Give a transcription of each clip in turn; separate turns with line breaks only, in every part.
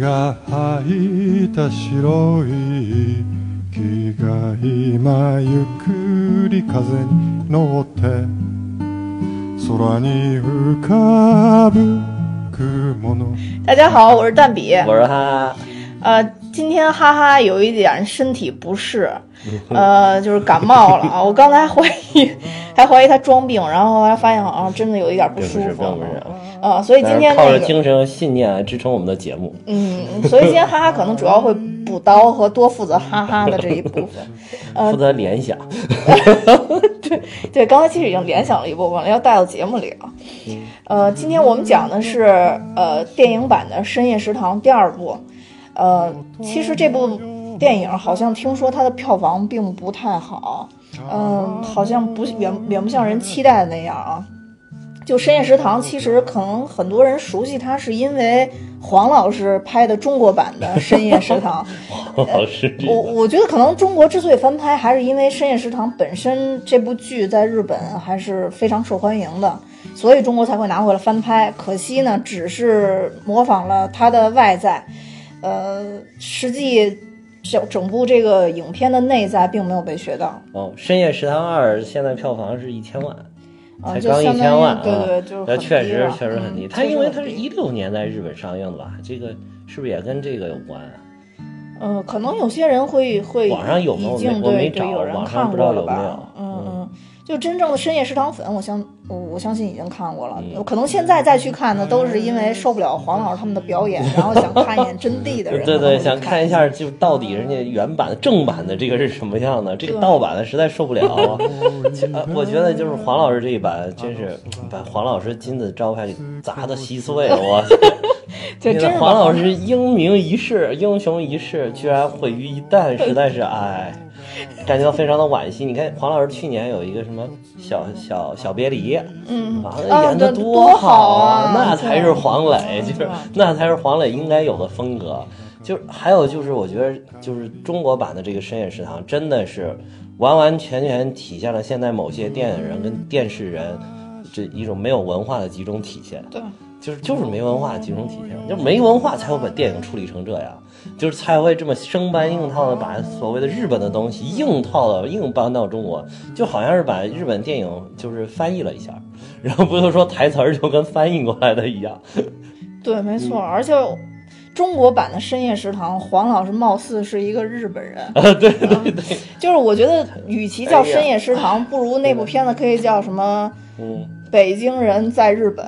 が吐いた白い息が今ゆっくり風に乗って空に浮かぶ雲の
大家好，我是蛋比。
我说哈，
呃，今天哈哈有一点身体不适，
嗯
呃，就是感冒了 啊。我刚才还怀疑，还怀疑他装病，然后后来发现好像真的有一点不
并
舒
不是，
服。
并不是，
啊、所以今
但
天
是靠
那
着
个，
精神和信念啊来支撑我们的节目。
嗯，所以今天哈哈可能主要会补刀和多负责哈哈的这一部分。嗯
负责联想，
对，刚才其实已经联想了一部分了，要带到节目里了。呃，今天我们讲的是呃电影版的《深夜食堂》第二部。呃，其实这部电影好像听说它的票房并不太好，嗯、好像不远远不像人期待的那样啊。就《深夜食堂》，其实可能很多人熟悉它，是因为黄老师拍的中国版的《深夜食堂》。
老师，
我我觉得可能中国之所以翻拍，还是因为《深夜食堂》本身这部剧在日本还是非常受欢迎的，所以中国才会拿回来翻拍。可惜呢，只是模仿了它的外在，呃，实际整整部这个影片的内在并没有被学到。
哦，《深夜食堂二》现在票房是一千万，
啊
才
就
刚一
相当于
千万啊，
对对对就是
那
很
确
低
实
了
确实很
嗯
低。
确
它
实
因为
很
它是
低
一六年在日本上映的吧？这个是不是也跟这个有关啊？
呃，可能有些人会会
网上有吗
已
我
经
没我
对
没
对，
找
有人
网上
看
不知道
过了
有
吧？
没有
嗯
嗯
嗯，就真正的深夜食堂粉，我相我我相信已经看过了。
嗯
可能现在再去看呢，都是因为受不了黄老师他们的表演，然后想看一眼真谛的人。
对
可能
对，
会
想
看
看一。下，就到底人家原版正版的这个是什么样的？这个
对
盗版的实在受不了 啊！呃我觉得就是黄老师这一版，真是把黄老师金字招牌给砸的稀碎了。我操！
对，
那
真是
黄老
师，
师英明一世、英雄一世，居然毁于一旦，实在是哎，感觉到非常的惋惜。你看黄老师去年有一个什么小小小别离，
嗯
啊，
啊
演的
对
多
好
啊，
啊，
那才是
对
黄磊，就是那才是黄磊应该有的风格。就是还有就是，我觉得就是中国版的这个《深夜食堂》真的是完完全全体现了现在某些电影人跟电视人这一种没有文化的集中体现。
对。
就是就是没文化集中体现，就没文化才会把电影处理成这样，就是才会这么生搬硬套的把所谓的日本的东西硬套到硬搬到中国，就好像是把日本电影就是翻译了一下，然后不是说台词儿就跟翻译过来的一样，
对，没错，而且。中国版的《深夜食堂》，黄老师貌似是一个日本 人。啊，对对对，就是我觉得，与其叫
哎
《
呀
深夜食堂》，不如那部片子可以叫什么
嗯，
“北京人在日本”“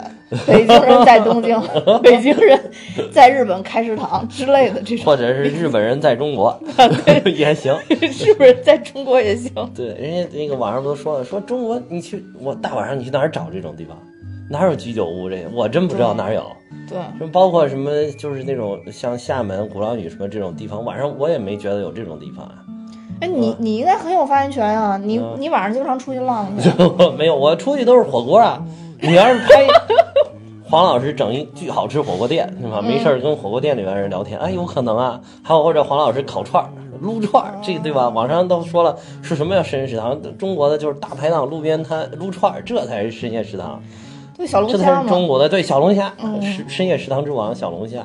北京人在东 京”“北京人在日本开食堂”之类的这种
或，者是日本人在中国 也行。
是不是在中国也行？
对，人家那个网上不都说了，说中国你去我大晚上你去哪儿找这种地方？哪有居酒屋这个？我真不知道哪儿有。
对，
就包括什么，就是那种像厦门、鼓浪屿什么这种地方，晚上我也没觉得有这种地方啊。
哎，你你应该很有发言权啊！你
嗯
你晚上经常出去浪去，
没有，我出去都是火锅啊。你要是拍黄老师整一巨好吃火锅店，是吧？没事
嗯
儿跟火锅店里边人聊天，哎，有可能啊。还有或者黄老师烤串儿、撸串儿，这对吧？网上都说了是什么叫深夜食堂？中国的就是大排档、路边摊、撸串儿，这才是深夜食堂。
对小龙
这才
虾嗯
是
嘛
中。国的，对小龙虾，深深夜食堂之王小龙虾，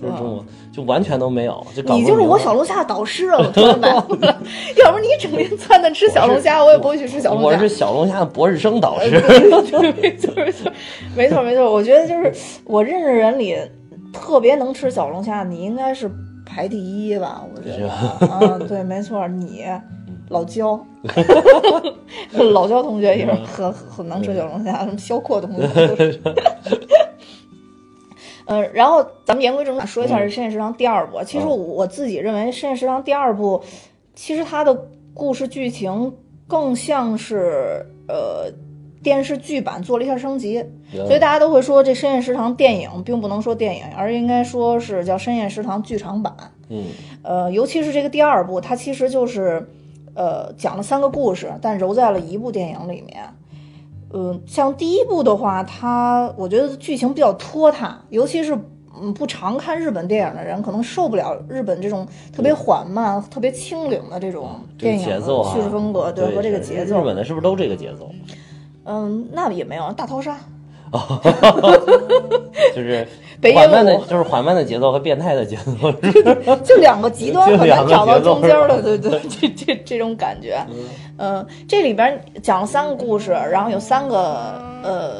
这是中国，就完全都没有，就搞不
嗯你就是
明
我
白
小龙虾的导师啊！我突然明 白了，要不然你整天撺掇吃小龙虾，我也不会去吃小龙
我
虾。哎
是小龙虾的博士生导师，
没错没错没错没错，我觉得就是我认识人里特别能吃小龙虾，你应该是排第一吧？我觉 得，啊，对，没错，你老焦，老焦同学也是很很能吃小龙虾，什么肖阔同学都是。呃，然后咱们言归正传，说一下这《深夜食堂》第二部。啊其实我我自己认为，《深夜食堂》第二部，其实它的故事剧情更像是呃电视剧版做了一下升级，
嗯
所以大家都会说这《深夜食堂》电影并不能说电影，而应该说是叫《深夜食堂》剧场版。
嗯，
呃，尤其是这个第二部，它其实就是呃讲了三个故事，但揉在了一部电影里面。嗯、像第一部的话，它我觉得剧情比较拖沓，尤其是。嗯，不常看日本电影的人可能受不了日本这种特别缓慢、特别清零的这种
这
电
个
影
节
的
奏啊，
叙事风格，
对
和这个
是
节奏
日。本的是不是都这个节奏？
嗯，那也没有，大逃杀。
就是
北野
缓慢的
武，
就是缓慢的节奏和变态的节奏。
就两个极端，
就
很
两
难找到
个节奏
中间儿的，对对，这这这种感觉。嗯，这里边讲了三个故事，然后有三个呃，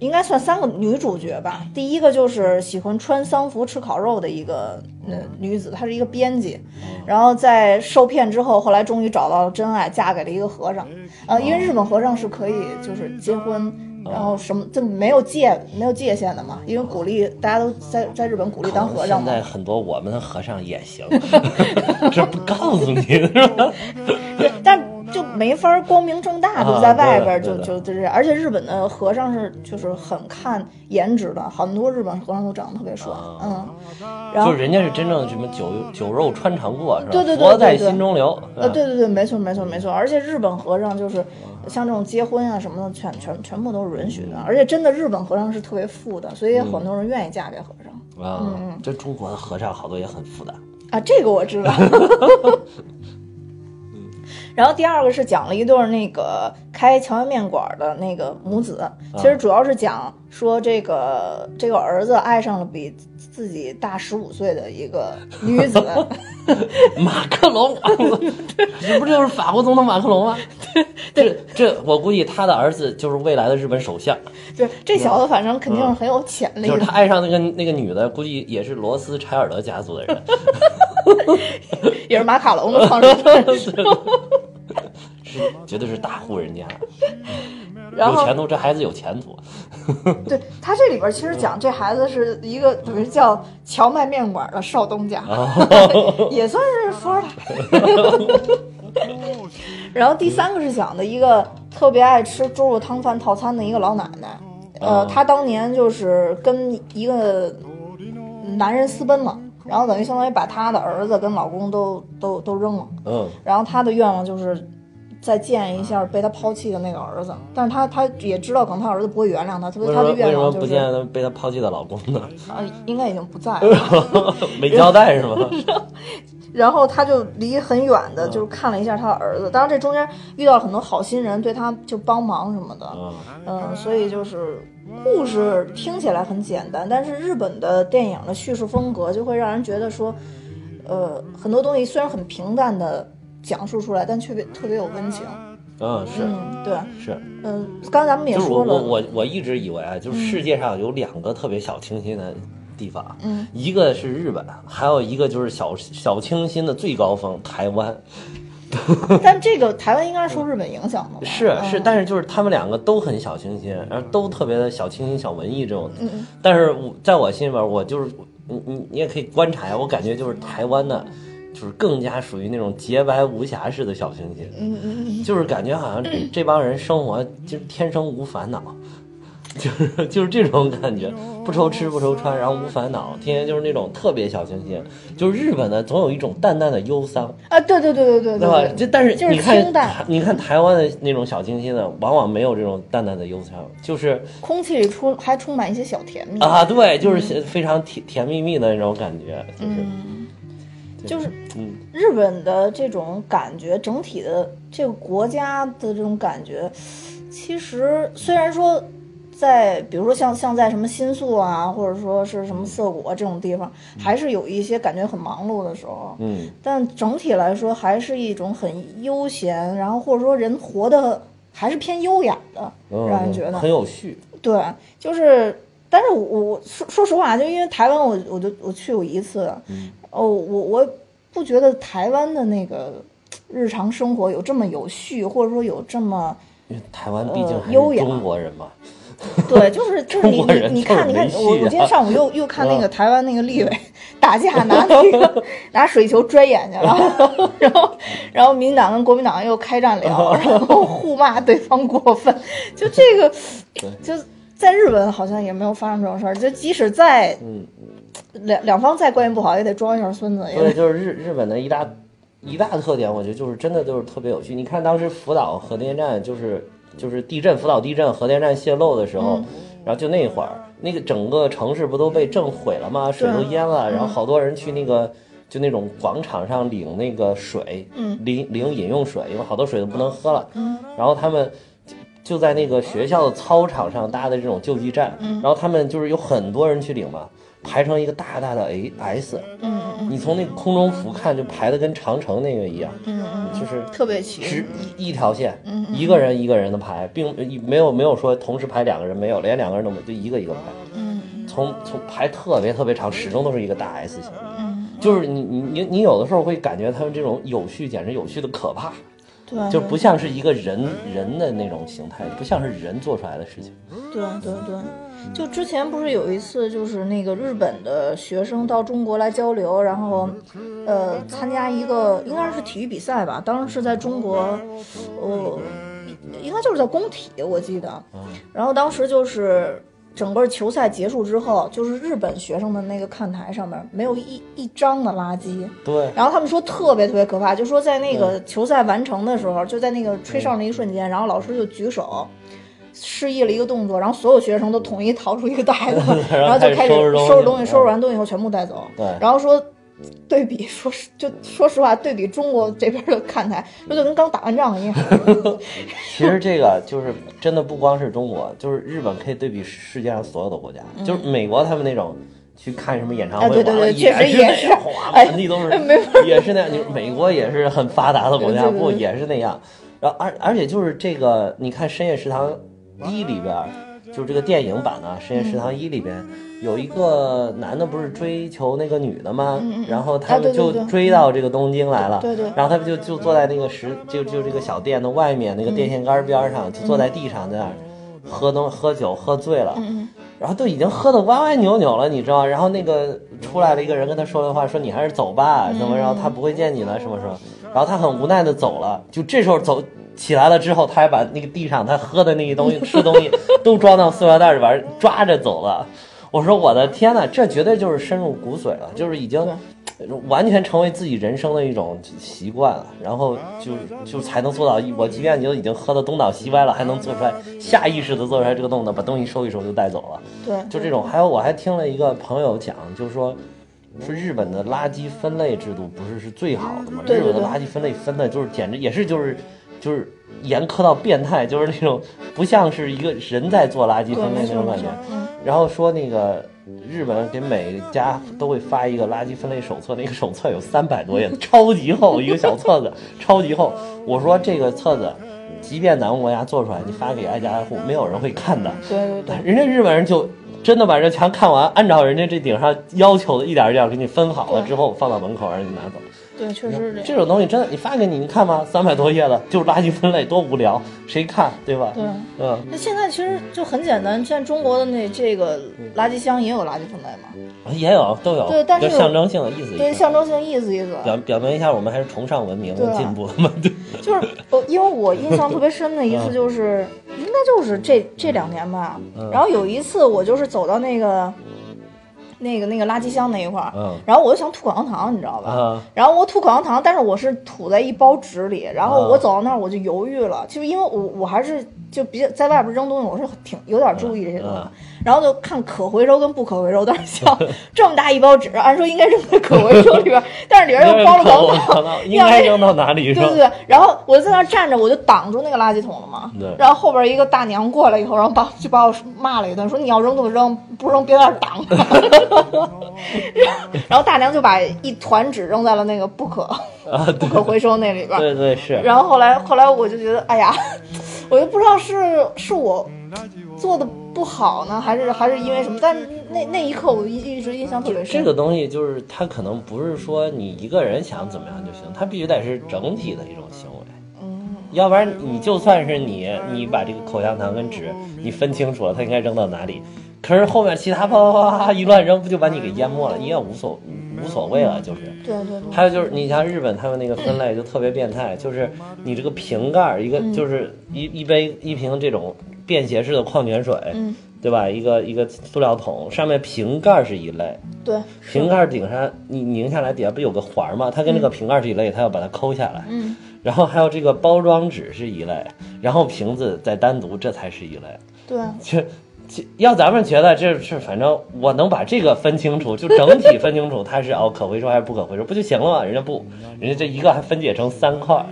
应该算三个女主角吧。第一个就是喜欢穿丧服吃烤肉的一个呃
嗯
女子，她是一个编辑，然后在受骗之后，后来终于找到了真爱，嫁给了一个和尚。呃，因为日本和尚是可以就是结婚。
嗯
然后什么就没有界没有界限的嘛，因为鼓励大家都在在日本鼓励当和尚
嗯现
嘛。
在很多我们的和尚 也行，这不告诉你是吧？
对， 但就没法儿光明正大
啊
的在外边儿
对
就
的
就就是，而且日本的和尚是就是很看颜值的，很多日本和尚都长得特别帅，
啊
嗯，然后
就是人家是真正什么酒酒肉穿肠过是吧？
对对对
佛在
对对
心中留。
呃，
是吧，
对对对，没错没错没错，而且日本和尚就是像这种结婚啊什么的，全全全部都是允许
嗯
的，而且真的日本和尚是特别富的，所以很多人愿意嫁给和尚。
啊，这中国的和尚好多也很复杂。
啊，这个我知道。
嗯
然后第二个是讲了一对儿那个开荞面面馆儿的那个母子，
啊
其实主要是讲说这个这个儿子爱上了比自己大十五岁的一个女 子，
马克 龙，这不就是法国总统马克 龙吗？这这，我估计他的儿子就是未来的日本首相，
就是这小子反正肯定是很有潜力
嗯就是
的
他，爱上那个那个女的，估计也是罗斯柴尔德家族的 人，
也是马卡龙的创始 人。
是绝对是大户人家，
然
有
后
前途，这孩子有前途。
对他这里边其实讲这孩子是一个等于叫荞麦面馆的少东家， 也算是富二代。然后第三个是讲的一个特别爱吃猪肉汤饭套餐的一个老奶奶，呃
哦，
她当年就是跟一个男人私奔了，然后等于相当于把她的儿子跟老公都都都扔了，
嗯，
然后她的愿望就是再见一下被她抛弃的那个儿子，但是她她也知道可能她儿子不会原谅她，所
为
以
什
她
么
的
为
愿
什么
望就
不
是
见他被他抛弃的老公呢？
呃应该已经不在了，
没交代是 吗？
然后她就离很远的就是看了一下她的儿子，当然这中间遇到了很多好心人对她就帮忙什么的，
嗯，
嗯，所以就是故事听起来很简单，但是日本的电影的叙事风格就会让人觉得说，呃，很多东西虽然很平淡的讲述出来，但却别特别有温情。
嗯，是
嗯，对，
是，
嗯，刚才咱们也
就是我
说了，
我我我一直以为啊，就是世界上有两个特别小清新的地方，啊
嗯，
一个是日本，还有一个就是小小清新的最高峰台湾，
但这个台湾应该是受日本影响的吧？
是
嗯
是，但是就是他们两个都很小清新，然后都特别的小清新、小文艺这种。但是我在我心里边，我就是你你你也可以观察呀，我感觉就是台湾的，就是更加属于那种洁白无瑕式的小清新。嗯嗯就是感觉好像这这帮人生活就是天生无烦恼， 就是就是这种感觉，不愁吃不愁穿，然后无烦恼，天天就是那种特别小清新。就是日本的总有一种淡淡的忧伤。
啊，对对对对对
对吧？
对
这但是
就是
你看
清淡
台，你看台湾的那种小清新的，往往没有这种淡淡的忧伤，就是
空气里充还充满一些小甜蜜。
啊，对，就是非常甜甜蜜蜜的那种感觉，就是
嗯就是
嗯
日本的这种感觉，整体的这个国家的这种感觉，其实虽然说在比如说像像在什么新宿啊，或者说是什么涩谷啊这种地方，还是有一些感觉很忙碌的时候，
嗯，
但整体来说还是一种很悠闲，然后或者说人活得还是偏优雅的，
嗯
让人觉得
很有序。
对，就是，但是我我说说实话，就因为台湾我，我就我去过一次，哦，我我不觉得台湾的那个日常生活有这么有序，或者说有这么
因为台湾毕竟还是
嗯优雅
中国人嘛，
对，就是就是你
中国
你
人
你
就是
看你看
没，
我我
戏啊啊
今天上午又又看那个台湾那个立委 打架拿那个拿水球拽眼睛了， 然后然后民党跟国民党又开战了，然后互骂对方过分，就这个就在日本好像也没有发生这种事儿，就即使在
嗯，
两两方再关系不好，也得装一下孙子，也
所以
得
就是日日本的一大一大特点，我觉得就是真的就是特别有趣。你看当时福岛核电站就是就是地震，福岛地震核电站泄漏的时候，然后就那会儿，那个整个城市不都被震毁了吗？水都淹了，然后好多人去那个。就那种广场上领那个水，领领饮用水，因为好多水都不能喝了。然后他们就在那个学校的操场上搭的这种救济站，然后他们就是有很多人去领嘛，排成一个大大的 A S，
嗯嗯
你从那个空中俯瞰就排的跟长城那个一样，
嗯嗯，
就是
特别齐。嗯
直一一条线，一个人一个人的排，并没有没有说同时排两个人，没有，连两个人都没有，就一个一个排，
嗯
从从排特别特别长，始终都是一个大 S 型。
嗯
就是你你你你有的时候会感觉他们这种有序简直有序的可怕，
对，
就不像是一个人人的那种形态，不像是人做出来的事情。
对对对，就之前不是有一次，就是那个日本的学生到中国来交流，然后，呃，参加一个应该是体育比赛吧，当时是在中国，呃，应该就是在工体，我记得。然后当时就是整个球赛结束之后，就是日本学生的那个看台上面没有一一张的垃圾，
对，，
然后他们说特别特别可怕，就说在那个球赛完成的时候，就在那个吹哨那一瞬间，然后老师就举手。示意了一个动作，然后所有学生都统一掏出一个袋子
然
然
后
后
开
就
始
开始
收拾东
收拾东
西
西，收拾
嗯
完东西以后全部带走。
对
然后说对比，说实就说实话，对比中国这边的看台，
嗯
那就跟刚打完仗 一样。
其实这个就是真的不光是中国，就是日本可以对比世界上所有的国家，就是美国他们那种。去看什么演唱会
哎
完
嗯
了、
对对对确实
也
也
是
是
那样，哗，
哎
满地都是，
哎没法
也是那样。就是美国也是很发达的国家，
对对对
不也是那样。然后而而且就是这个，你看《深夜食堂一》里边，就是这个电影版呢，《深夜食
嗯
堂一》里边有一个男的不是追求那个女的吗？然后他
啊对对
们就
对
追到这个东京来了，
对对
然后他们就就坐在那个石就就这个小店的外面那个电线杆边上，就坐在地上在那儿
嗯
喝东喝酒喝醉了，然后都已经喝得歪歪扭扭了，你知道吗？然后那个出来了一个人跟他说的话，说你还是走吧，怎
嗯
么，然后他不会见你了，什么什么，然后他很无奈的走了，就这时候走。起来了之后，他还把那个地上他喝的那些东西、吃 东西都装到塑料袋里边儿抓着走了。我说我的天呐，这绝对就是深入骨髓了，就是已经完全成为自己人生的一种习惯了，然后就就才能做到。我即便你都已经喝得东倒西歪了，还能做出来下意识的做出来这个动作，把东西收一收就带走了，
对，
就这种。还有我还听了一个朋友讲，就是说。说日本的垃圾分类制度不是是最好的吗？
对对
日本的
对
垃圾分类分的就是简直也是就是就是严苛到变态，就是那种不像是一个人在做垃
对，
圾分
没
类那
错
种
没
感觉
错。。嗯，
然后说那个日本给每个家都会发一个垃圾分类手册，那个手册有三 百多页，超级厚，一个小册子，超级厚。我说这个册子，即便咱们国家做出来，你发给挨家挨户，没有人会看的。
对对对
但。人家日本人就真的把这全看完，按照人家这顶上要求的一点一点给你分好了
对
之后，放到门口让你拿走。
对，确实是这样。
这种东西真的，你发给你，你看吧，三百多页的，就是垃圾分类，多无聊，谁看对吧？
对
嗯。
那现在其实就很简单，现在中国的那这个
嗯
垃圾箱也有垃圾分类嘛，
也有都有，
对但是
就象征性的意思一下。
对，象征性意思意思。
表表明一下，我们还是崇尚文明
对啊
进步了嘛？ 对，
就是我，因为我印象特别深的一次
嗯
就是，应该就是这这两年吧
嗯。
然后有一次我就是走到那个那个那个垃圾箱那一块儿
嗯，
然后我就想吐口香糖，你知道吧？
啊，
然后我吐口香糖，但是我是吐在一包纸里，然后
啊
我走到那儿我就犹豫了，就是因为我我还是就比较在外边扔东西，我是挺有点注意这些东西
嗯嗯
的，然后就看可回收跟不可回收，但是 像这么大一包纸，按说应该扔在可回收里边儿，但是里边又包了口香糖，
应该扔到哪里是
对
吧
对？对，然后我就在那儿站着，我就挡住那个垃圾桶了嘛。
对
然后后边一个大娘过来以后，然后把就把我骂了一顿，说你要扔就扔，不扔别在那儿挡着。 然后然后大娘就把一团纸扔在了那个不可
啊，
不
对
可回收那里边儿。
对对是，
然后后来后来我就觉得，哎呀，我就不知道是是我做的不好呢，还是还是因为什么？但那那一刻我一一直印象特别深。
这个东西就是它可能不是说你一个人想怎么样就行，它必须得是整体的一种行为。
嗯
要不然你就算是你，你把这个口香糖跟纸你分清楚了，它应该扔到哪里，可是后面其他 啪啪啪啪一乱扔，不就把你给淹没了？你也无所无所谓了，就是。
对对对，
还有就是，你像日本他们那个分类就特别变态，就是你这个瓶盖儿，一个
嗯
就是一一杯一瓶这种便携式的矿泉水，
嗯
对吧？一个一个塑料桶上面瓶盖儿是一类，
对
瓶盖儿顶上你拧下来底下不有个环儿吗？它跟这个瓶盖儿是一类，它要把它抠下来。
嗯。
然后还有这个包装纸是一类，然后瓶子再单独，这才是一类。
对。
就其要咱们觉得这是反正我能把这个分清楚，就整体分清楚它 是哦可回收还是不可回收，不就行了吗？人家不，人家这一个还分解成三块儿，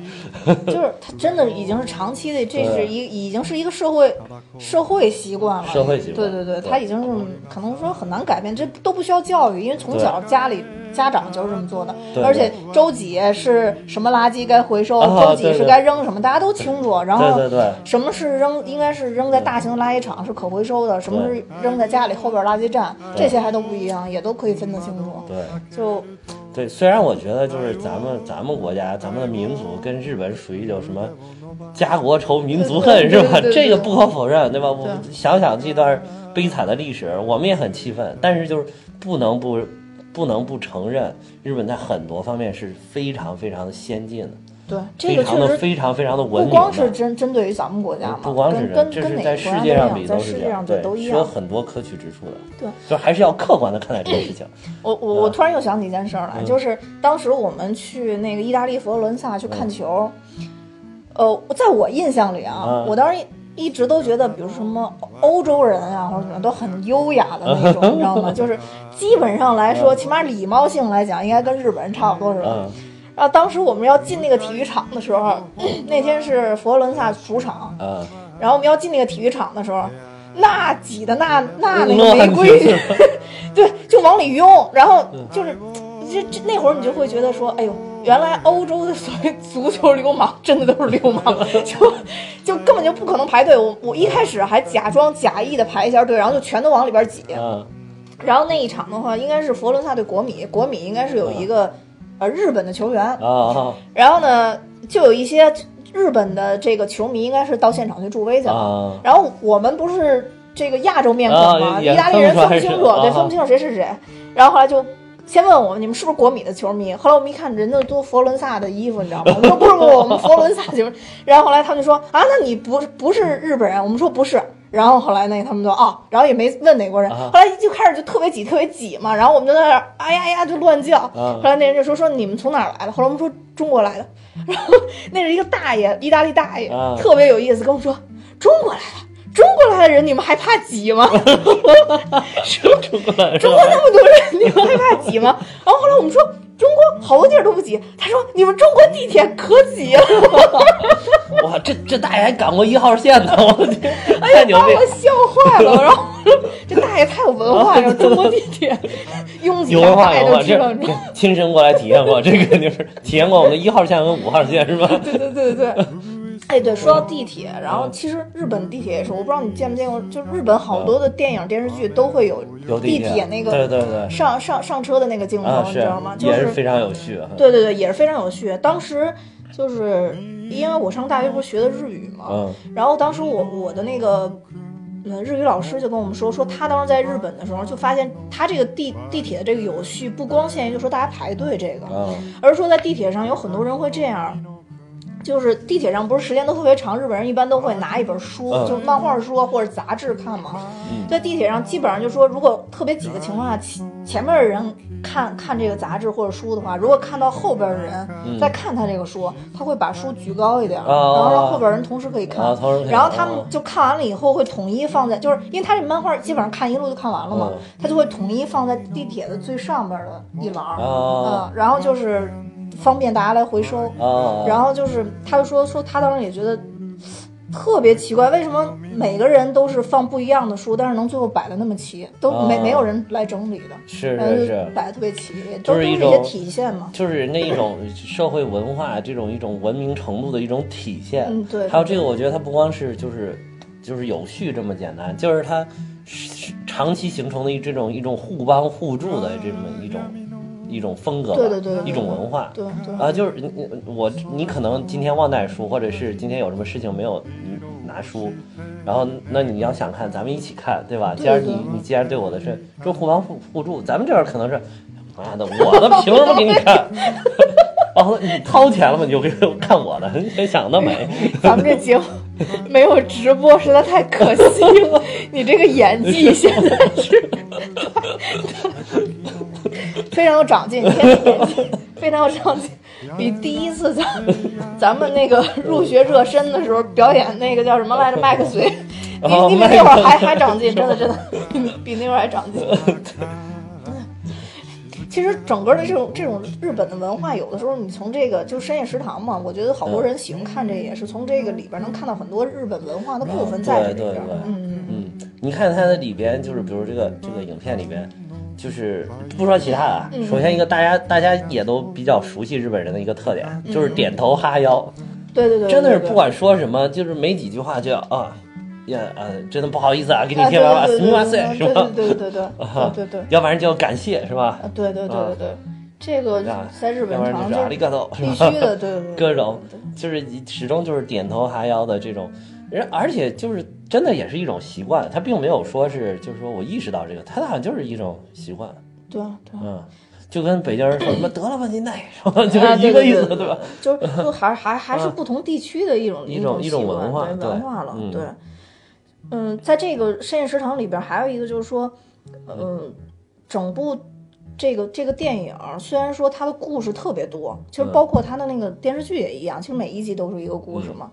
就是它真的已经是长期的，这是一已经是一个社会社会习惯了，
社会习
对
惯
对对，
对
它已经是可能说很难改变，这都不需要教育，因为从小家里家长就是这么做的，
对
而且周几是什么垃圾该回收，
啊
周几
对
是
对
该扔什么，大家都清楚。然后
对对对
什么是扔，应该是扔在大型的垃圾场是可回收的，什么是扔在家里后边垃圾站，这些还都不一样，也都可以分得清楚。
对。
就
对，虽然我觉得就是咱们咱们国家咱们的民族跟日本属于有什么家国仇民族恨
对对
是吧？
对对对
这个不可否认，对吧？我
对
想想这段悲惨的历史，我们也很气愤，但是就是不能不不能不承认，日本在很多方面是非常非常的先进的，
对这个
非常
确
的
实
非常非常的文
不
明
光是
的。
针针对于咱们国家嘛，
不光是
跟
人，这
跟跟
是
哪个国家
在世界
都
上
一
比
样，
都
在
是
世
这
界
样，
上
对，
都一
是有
样。
很多可取之处的，
对，
就是还是要客观的看待这个事情。
我我
嗯
我突然又想起一件事儿来，就是当时我们去那个意大利佛罗伦萨去
嗯
看球，呃，在我印象里啊，
嗯
我当时一直都觉得，比如什么欧洲人啊或者怎么都很优雅的那种，你知道吗？就是基本上来说，起码礼貌性来讲，应该跟日本人差不多是吧？
嗯，
然后当时我们要进那个体育场的时候，那天是佛罗伦萨主场，
嗯，
然后我们要进那个体育场的时候，那挤的那那那个
乱
没规
挤
矩， 对，就往里拥，然后就是这这那会儿你就会觉得说，哎呦，原来欧洲的所谓足球流氓真的都是流氓，就就根本就不可能排队。我我一开始还假装假意的排一下队，然后就全都往里边挤，
嗯，
然后那一场的话，应该是佛罗伦萨对国米，国米应该是有一个呃日本的球员，
啊
然后呢，就有一些日本的这个球迷应该是到现场去助威去
啊
了。
啊，
然后我们不是这个亚洲面孔嘛，
啊也
意大利人分不清
分
楚，
不出来是
对，
啊
分不清楚谁是谁。然后后来就先问我们，你们是不是国米的球迷？后来我们一看，人家都佛罗伦萨的衣服，你知道吗？我们说不是不是，我们佛罗伦萨球迷。 然后后来他们就说啊，那你不不是日本人？我们说不是。然后后来那他们就哦，然后也没问哪国人。
啊
后来就开始就特别挤，特别挤嘛。然后我们就在那儿哎呀哎呀就乱叫。
啊
后来那人就说说你们从哪儿来的？后来我们说中国来的。然后那是一个大爷，意大利大爷，
啊
特别有意思，跟我说中国来的。中国来的人，你们还怕挤吗？ 什 么
中国人
中国那么多人，你们还怕挤吗？然后后来我们说，中国好多地儿都不挤。他说，你们中国地铁可挤 了，
哇，这这大爷还赶过一号线呢，我的天，太牛
哎把
逼！
我笑坏 了。然后我说，这大爷太有文化了，中国地铁拥挤，
有文化，
大爷
有
都
文化，
知道。
这
你知道吗
这亲身过来体验过，这个就是体验过我们的一号线跟五号线是吧？
对 对对对对。哎，对，说到地铁，然
嗯
后其实日本地铁也是，我不知道你见没见过，就日本好多的电影电视剧都会有
有
地
铁
铁那个
对对对，
上上上车的那个镜头，
啊
你
是
知道吗？，就
也是非常有趣啊。
对对对，也是非常有趣。当时就是因为我上大学不是学的日语嘛，
嗯
然后当时我我的那个呃日语老师就跟我们说，说他当时在日本的时候就发现他这个地地铁的这个有序不光限于就说大家排队这个，
嗯
而是说在地铁上有很多人会这样。就是地铁上不是时间都特别长，日本人一般都会拿一本书，
嗯
就漫画书啊或者杂志看嘛。在地铁上基本上就说，如果特别挤的情况下，前前面的人看看这个杂志或者书的话，如果看到后边的人
嗯
在看他这个书，他会把书举高一点，
哦
然后让后边人同时可以看。
啊同时可以看
嗯然后他们
哦
就看完了以后会统一放在，就是因为他这漫画基本上看一路就看完了嘛
嗯，
他就会统一放在地铁的最上边的一栏儿，
哦
嗯，然后就是方便大家来回收。
啊，
然后就是他就说说他当时也觉得特别奇怪，为什么每个人都是放不一样的书，但是能最后摆的那么齐，都没、
啊
没有人来整理的，
是
然后
是。
就是摆的特别齐，
就
都都
是一
一些
种
体现嘛。
就是那一种社会文化，这种一种文明程度的一种体现。
嗯对
还有这个，我觉得它不光是就是就是有序这么简单，就是它是长期形成的一这种一种互帮互助的这么一种一种风格吧，
对对对对对
一种文化。
对对
啊，就是你你我你可能今天忘带书，或者是今天有什么事情没有嗯拿书，然后那你要想看，咱们一起看，对吧？既然
对
你你既然对我的是这互帮互互助，咱们这边可能是，妈的，我的凭什么给你看？ 然后你掏钱了吗？你就给我看我的，你想得美。
咱们这节目没有直播，实在太可惜了。你这个演技现在是 非常有长进，你现在演技非常有长进，比第一次咱咱们那个入学热身的时候表演那个叫什么来着麦克随你
哦
你比
卖
那会儿
肉
还还长进，真的真的，你比那会儿还长进。其实整个的这种这种日本的文化，有的时候你从这个就是深夜食堂嘛，我觉得好多人喜欢看这个，也是从这个里边能看到很多日本文化的部分在这
对
里
对
边
对。
嗯，
嗯，你看它的里边，就是比如这个这个影片里边，就是不说其他的
嗯
啊，首先一个大家大家也都比较熟悉日本人的一个特点，就是点头哈腰，
对对对，
真的是
嗯对
不。管说什么，就是没几句话就要啊，呀啊，真的不好意思啊，给你
对啊，
贴
对
娃娃，
对
すみませ
对
ん， 是吧？
对对对对对对对对，
要不然就要感谢，是吧？
啊对对对对对，这个
啊
在日本
要不然
常
就是阿
这
里嘎多，是
必
吧？
须的，对对对，
各种就是你始终就是点头哈腰的这种，人而且就是真的也是一种习惯，他并没有说是就是说我意识到这个，他好像就是一种习惯，
对啊对啊。
嗯，就跟北京人说什么得了吧您那什么， 就
啊对
是一个
对
意思，
对
吧？ 嗯
就是就还还还是不同地区的一种
一种
一
一种
习惯
文化
对
对
文化了，
嗯
对。嗯，在这个深夜食堂里边，还有一个就是说，嗯，整部这个这个电影虽然说它的故事特别多，其实
嗯
包括它的那个电视剧也一样，其实每一集都是一个故
嗯
事嘛。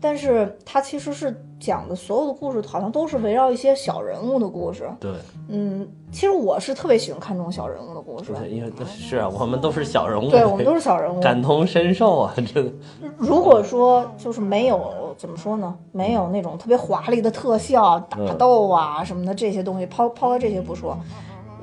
但是它其实是讲的所有的故事，好像都是围绕一些小人物的故事。
对，
嗯，其实我是特别喜欢看这种小人物的故事
不。是因为是啊，我们都是小人物，
对，我们都是小人物。
感同身受啊，真的，
如果说就是没有怎么说呢，没有那种特别华丽的特效、打斗啊什么的这些东西，抛抛开这些不说，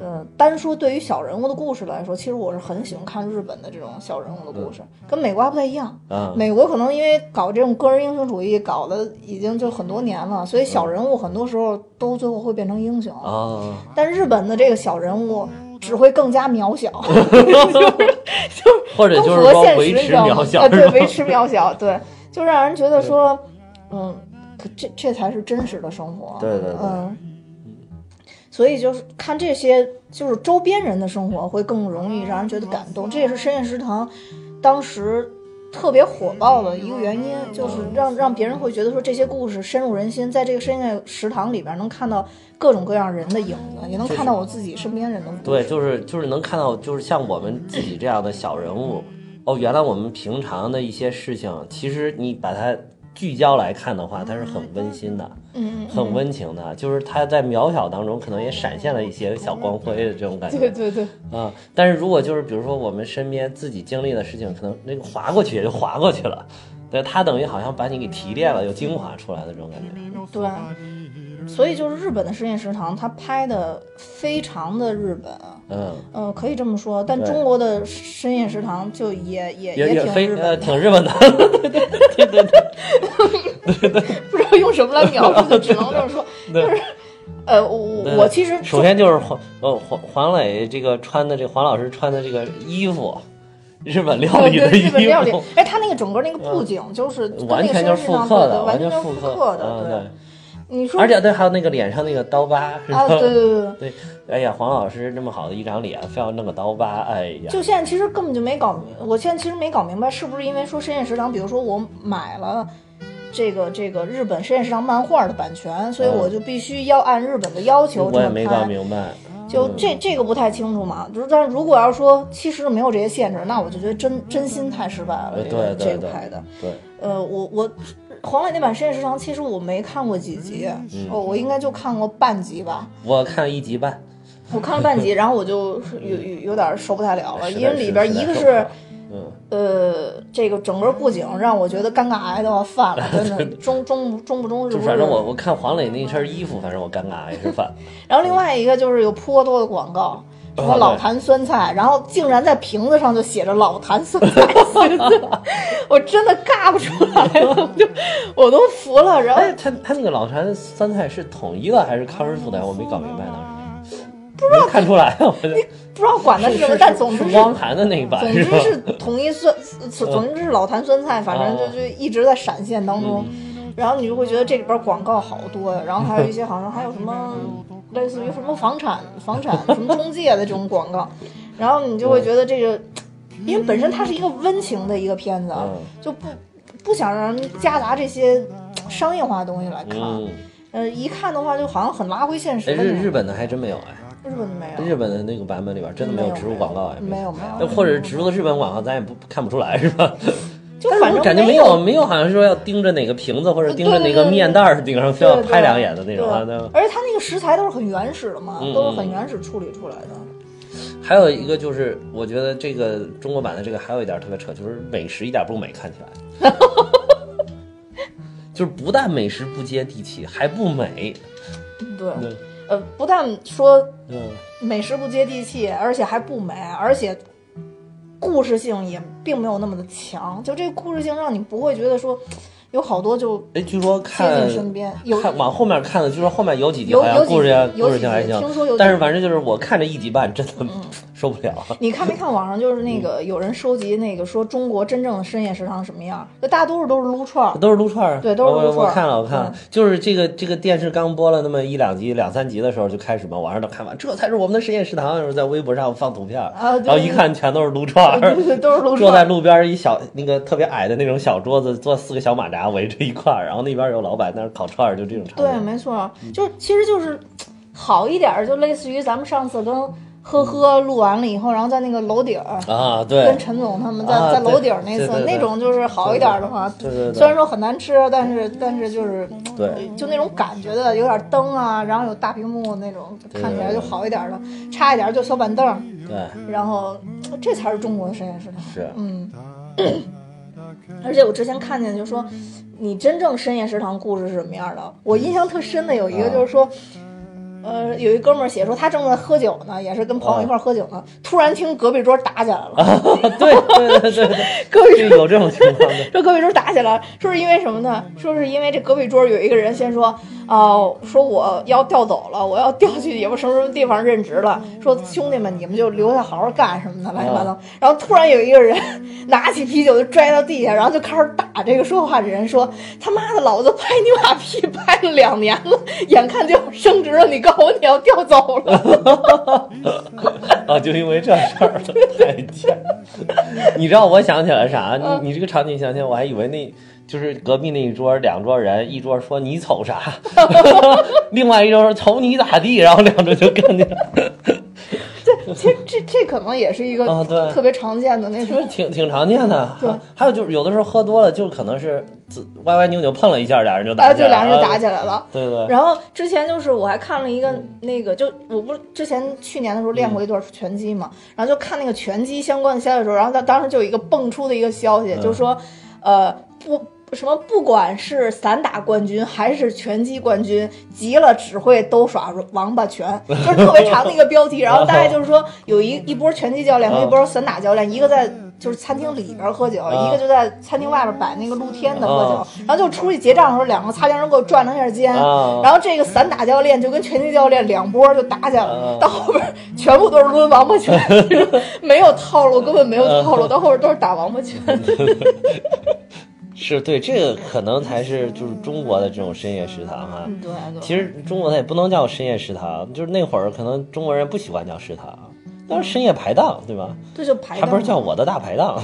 呃，单说对于小人物的故事来说，其实我是很喜欢看日本的这种小人物的故事，跟美国还不太一样。
嗯，
美国可能因为搞这种个人英雄主义搞的已经就很多年了，所以小人物很多时候都最后会变成英雄。
啊，
但日本的这个小人物只会更加渺小。
或者
更
就
符
是
合
说
现实，
维
你
持
知道吗？
渺小
啊，
是
对，
吧？
维持渺小，对，就让人觉得说，嗯，可这这才是真实的生活，
对对对
嗯。所以就是看这些，就是周边人的生活会更容易让人觉得感动，这也是深夜食堂当时特别火爆的一个原因，就是让让别人会觉得说这些故事深入人心，在这个深夜食堂里边能看到各种各样人的影子，也能看到我自己身边人的 故
对，
事。
就是就是能看到，就是像我们自己这样的小人物，哦，原来我们平常的一些事情，其实你把它聚焦来看的话，它是很温馨的，
嗯，嗯
很温情的，就是它在渺小当中可能也闪现了一些小光辉的这种感
对
觉
对对，
啊。但是如果就是比如说我们身边自己经历的事情，可能那个划过去也就划过去了，但它等于好像把你给提炼了，又精华出来的这种感觉。
对，所以就是日本的深夜食堂，它拍的非常的日本，
嗯，
嗯、可以这么说。但
对
中国的深夜食堂就也也
也
挺
非
日
呃
本的，
挺日本 的，
不知道用什么来描述，只能这么 说。就是，呃，我
对
我其实
首先就是黄呃黄黄磊这个穿的这黄老师穿的这个衣服，日本料
对
理
对
的
日本
衣
料理
服，，嗯
哎，它那个整个那个布景就是跟
完
那个
全
深
就
夜
是
食
复
堂
刻
对
的，
完
完
全
全
就是
复
刻
嗯
的。
对
对，，你说
而且对，还有那个脸上那个刀疤，是吧？
啊，对对对对。
对哎呀，黄老师这么好的一张脸，非要弄个刀疤，哎呀，
就现在其实根本就没搞明，我现在其实没搞明白，是不是因为说深夜食堂，比如说我买了这个这个日本深夜食堂漫画的版权，所以
嗯
我就必须要按日本的要求
我
这
也
么
没搞
拍。
明白，嗯
就这这个不太清楚嘛，就是但是如果要说其实没有这些限制，那我就觉得真真心太失败了这
呃。
个
对对
这个
对
拍的，
对，
呃，我我黄磊那版深夜食堂其实我没看过几集，
嗯
哦，我应该就看过半集吧。
我看一集半，
我看了半 集，然后我就有有有点受不太了了，
实
哦因
在
为里边
实在
一个
受
是
不了嗯，
呃，这个整个布景让我觉得尴尬癌都要犯了，真的中中中不中日
就
不日。
反正我我看黄磊那身衣服，反正我尴尬也是犯，
然后另外一个就是有颇多的广告，什么
啊
老
对
坛酸菜，然后竟然在瓶子上就写着“老坛酸菜”四个字，我真的尬不出来了，就我都服了。然后
哎，他他那个老坛酸菜是统一的还是康师傅的？我没搞明白当时，不知道看出来啊，我就。
不知道管它
是
什么
是，
但总之
是
是
汪涵的那一版，
总之
是吧？
是统一酸，呃总总之是老坛酸菜，反正就
啊
就一直在闪现当中。
嗯
然后你就会觉得这里边广告好多呀，然后还有一些好像还有什么 类似于什么房产、房产什么中介的这种广告，然后你就会觉得这个，因为本身它是一个温情的一个片子，啊
嗯，
就不不想让人夹杂这些商业化的东西来看。
嗯，
呃，一看的话就好像很拉回现
哎，
实的
日
那
日
种。
本的还真没有哎，
日本没有，
日本的那个版本里边真的没有植入广告哎，
没有没有
那或者植入的日本广告咱也不看不出来是吧？
就 反正
感觉
没
有没有，好像说要盯着哪个瓶子或者盯着哪个面袋儿，顶上非要拍两眼的那种啊。
对
那
而且它那个食材都是很原始的嘛，
嗯
都是很原始处理出来的。
还有一个就是，我觉得这个中国版的这个还有一点特别扯，就是美食一点不美，看起来， 就是不但美食不接地气，还不美。
对，
嗯对，
呃，不但说
嗯，
美食不接地气，而且还不美，而且故事性也并没有那么的强。就这个故事性，让你不会觉得说有好多就
哎，据说
接
看
近身边有
看往后面看的，据说后面有几集
有
好像
有几
故事呀，
有
故事
几
性还
集嗯
行，
听说有几
但是
集
反正就是我看这一集半真的受不了。
你看没看网上就是
嗯
那个有人收集那个说中国真正的深夜食堂什么样？就大多数都是撸串儿，
都是撸串儿，
对都是撸
我
串儿嗯
我我看了，我看了，就是这个这个电视刚播了那么一两集、两三集的时候就开始嘛，网上都看完，这才是我们的实验食堂，就是在微博上放图片儿，
啊对
然后一看全都是撸串 儿，
对都是 撸
坐
串
在
儿。
路边儿一小那个特别矮的那种小桌子，坐四个小马扎围着一块儿，然后那边有老板在那儿烤串儿，就这种场
对，
景。
没错儿，
嗯
就是其实就是好一点儿，就类似于咱们上次跟呵呵录完了以后，然后在那个楼顶儿。
嗯啊，对
跟，陈总他们在、
啊
在
对
楼顶儿那次
对对对
那种就是好一点儿的话，
对对对
虽然说很难吃，但是但是就是
对
就那种感觉的，有点灯啊，然后有大屏幕那种，
对
看起来就好一点儿的，差一点儿就小板凳儿，
对
然后这才是中国的实验食堂。
是，
嗯，而且我之前看见就说，你真正深夜食堂故事是什么样的？我印象特深的有一个就是说，呃，有一哥们儿写说他正在喝酒呢，也是跟朋友一块儿喝酒呢，突然听隔壁桌打起来了，
对对对对对，
隔壁
就
桌。
有这种情况的。
说隔壁桌打起来了，说是因为什么呢？说是因为这隔壁桌有一个人先说，哦、说我要调走了，我要调去也不什么什么地方任职了。说兄弟们，你们就留下好好干什么的，乱七八
哦
糟。然后突然有一个人拿起啤酒就拽到地下，然后就开始打这个说话的人，说他妈的，老子拍你马屁拍了两年了，眼看就要升职了，你告诉我你要调走了。
啊，就因为这事儿，太贱了。 你知道我想起来啥？
嗯
你你这个场景想起来，我还以为那就是隔壁那一桌两桌人，一桌说你瞅啥， 另外一桌说瞅你咋地，然后两桌就干掉，
这其实这这可能也是一个
啊对
特别常见的那种。
挺挺常见的。还有就是有的时候喝多了，就可能是自歪歪扭扭碰了一下，俩人就
啊，
打起
就俩
来了，
人就打起来了。
对对对，
然后之前就是我还看了一个那个，就我不是之前去年的时候练过一段拳击嘛，然后就看那个拳击相关的消息的时候，然后当当时就有一个蹦出的一个消息，就说，呃，不。什么？不管是散打冠军还是拳击冠军，急了只会都耍王八拳，就是特别长的一个标题。然后大概就是说，有一一波拳击教练和一波散打教练，一个在就是餐厅里边喝酒，
啊
一个就在餐厅外边摆那个露天的喝
啊
酒。然后就出去结账的时候，两个擦肩而过，转了一下肩，
啊
然后这个散打教练就跟拳击教练两波就打起来了，
啊
到后边儿全部都是抡王八拳， 就是没有套路，根本没有
啊
套路，到后边儿都是打王八拳。
嗯是对这个可能才是就是中国的这种深夜食堂哈、 啊
嗯，对对。
其实中国它也不能叫深夜食堂，就是那会儿可能中国人不喜欢叫食堂，但是深夜排档，对吧？
这就排
还不
档
是叫我的大 排档？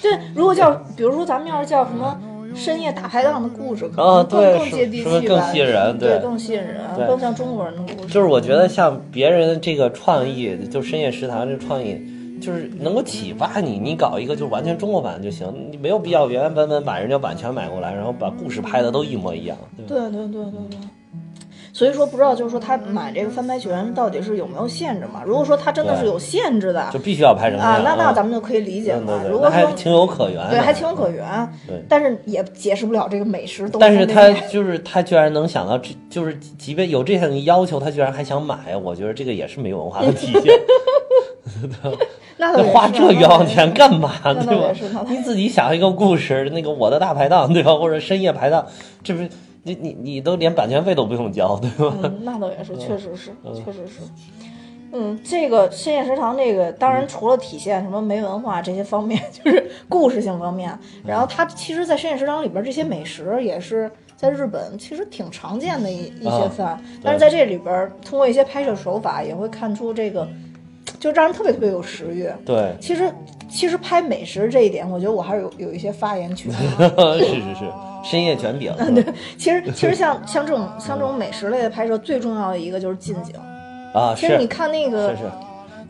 这如果叫，比如说咱们要是叫什么深夜大排档的故事，可
啊
能更
对
更
是
接地
是不是
气
更
吧，嗯
吸引人
对，
对
更吸引人，
对
更像中国人的故事。
就是我觉得像别人这个创意，就深夜食堂这创意，就是能够启发你，你搞一个就完全中国版就行，你没有必要原原本本把人家版权买过来，然后把故事拍的都一模一样，对吧？
对对对对对。所以说，不知道就是说他买这个翻拍权到底是有没有限制嘛？如果说他真的是
对
有限制的啊
就，必须要拍成样
那那
啊
咱们就可以理解
对对
了。
对
如
那
果
还
说
情有可原的，嗯
对，还情有可原啊
对，
但是也解释不了这个美食东
但是
西方
他
面。
就是他居然能想到，这就是即便有这样的要求，他居然还想买，我觉得这个也是没文化的体现。
那倒
那
也
花
是啊嗯
这冤枉钱，干嘛？
那倒也是那倒也是
对吧？你自己想一个故事，那个我的大排档，对吧？或者深夜排档，这不是你你你都连版权费都不用交，对吧？
那倒也是嗯那倒也是，确实是，确实是。嗯，这个深夜食堂这个，当
嗯
然除了体现什么没文化这些方面， 就是故事性方面，
嗯
然后它其实，在深夜食堂里边这些美食也是在日本其实挺常见的一一些
啊
饭，但是在这里边通过一些拍摄手法也会看出这个，就让人特别特别有食欲。
对，
其实，其实拍美食这一点，我觉得我还是有有一些发言 权的。
是是是，深夜卷饼，
其实，其实像像这种像这种美食类的拍摄，最重要的一个就是近景。
啊
其实
是
你看那个
是是，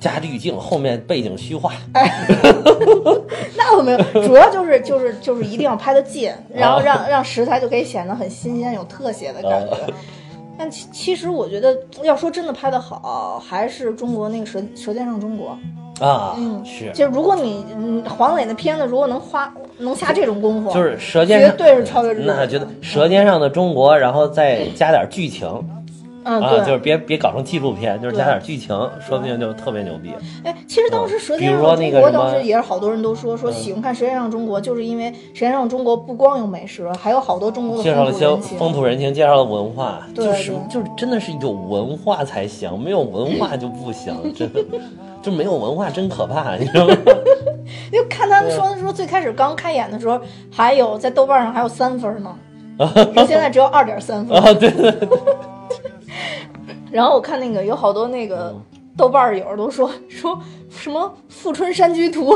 加滤镜，后面背景虚化。
那 我没有，主要就是就是就是一定要拍得近，然
啊
后让让食材就可以显得很新鲜、有特写的感
啊
觉。但其其实我觉得，嗯要说真的拍得好，还是中国那个舌《舌尖上中国》。
啊，
嗯
是，
就如果你嗯黄磊的片子，如果能花能下这种功夫，
就是《舌尖
绝
上》，
对是超越日本的。
那觉得《舌尖上的中国》，然后再加点剧情
嗯
啊，
对，
就是别别搞成纪录片，就是加点剧情，说不定就特别牛逼。
哎，其实当时《舌尖
嗯比
上的
如说
中
那
国
个》什么嗯
当时也是好多人都说说喜欢看《舌尖上的中国》，就是因为《舌尖上的中国》不光有美食，还有好多中国的
介绍了
风
一
土
些
人情。
风土人情，介绍了文化，
对
就是
对
就是真的是有文化才行，没有文化就不行，真的就没有文化真可怕，你知道吗？
就看他们说说最开始刚开演的时候，还有在豆瓣上还有三分 呢，说现在只有二点三分。
啊，对对对，
然后我看那个有好多那个豆瓣儿友都说说什么《富春山居图》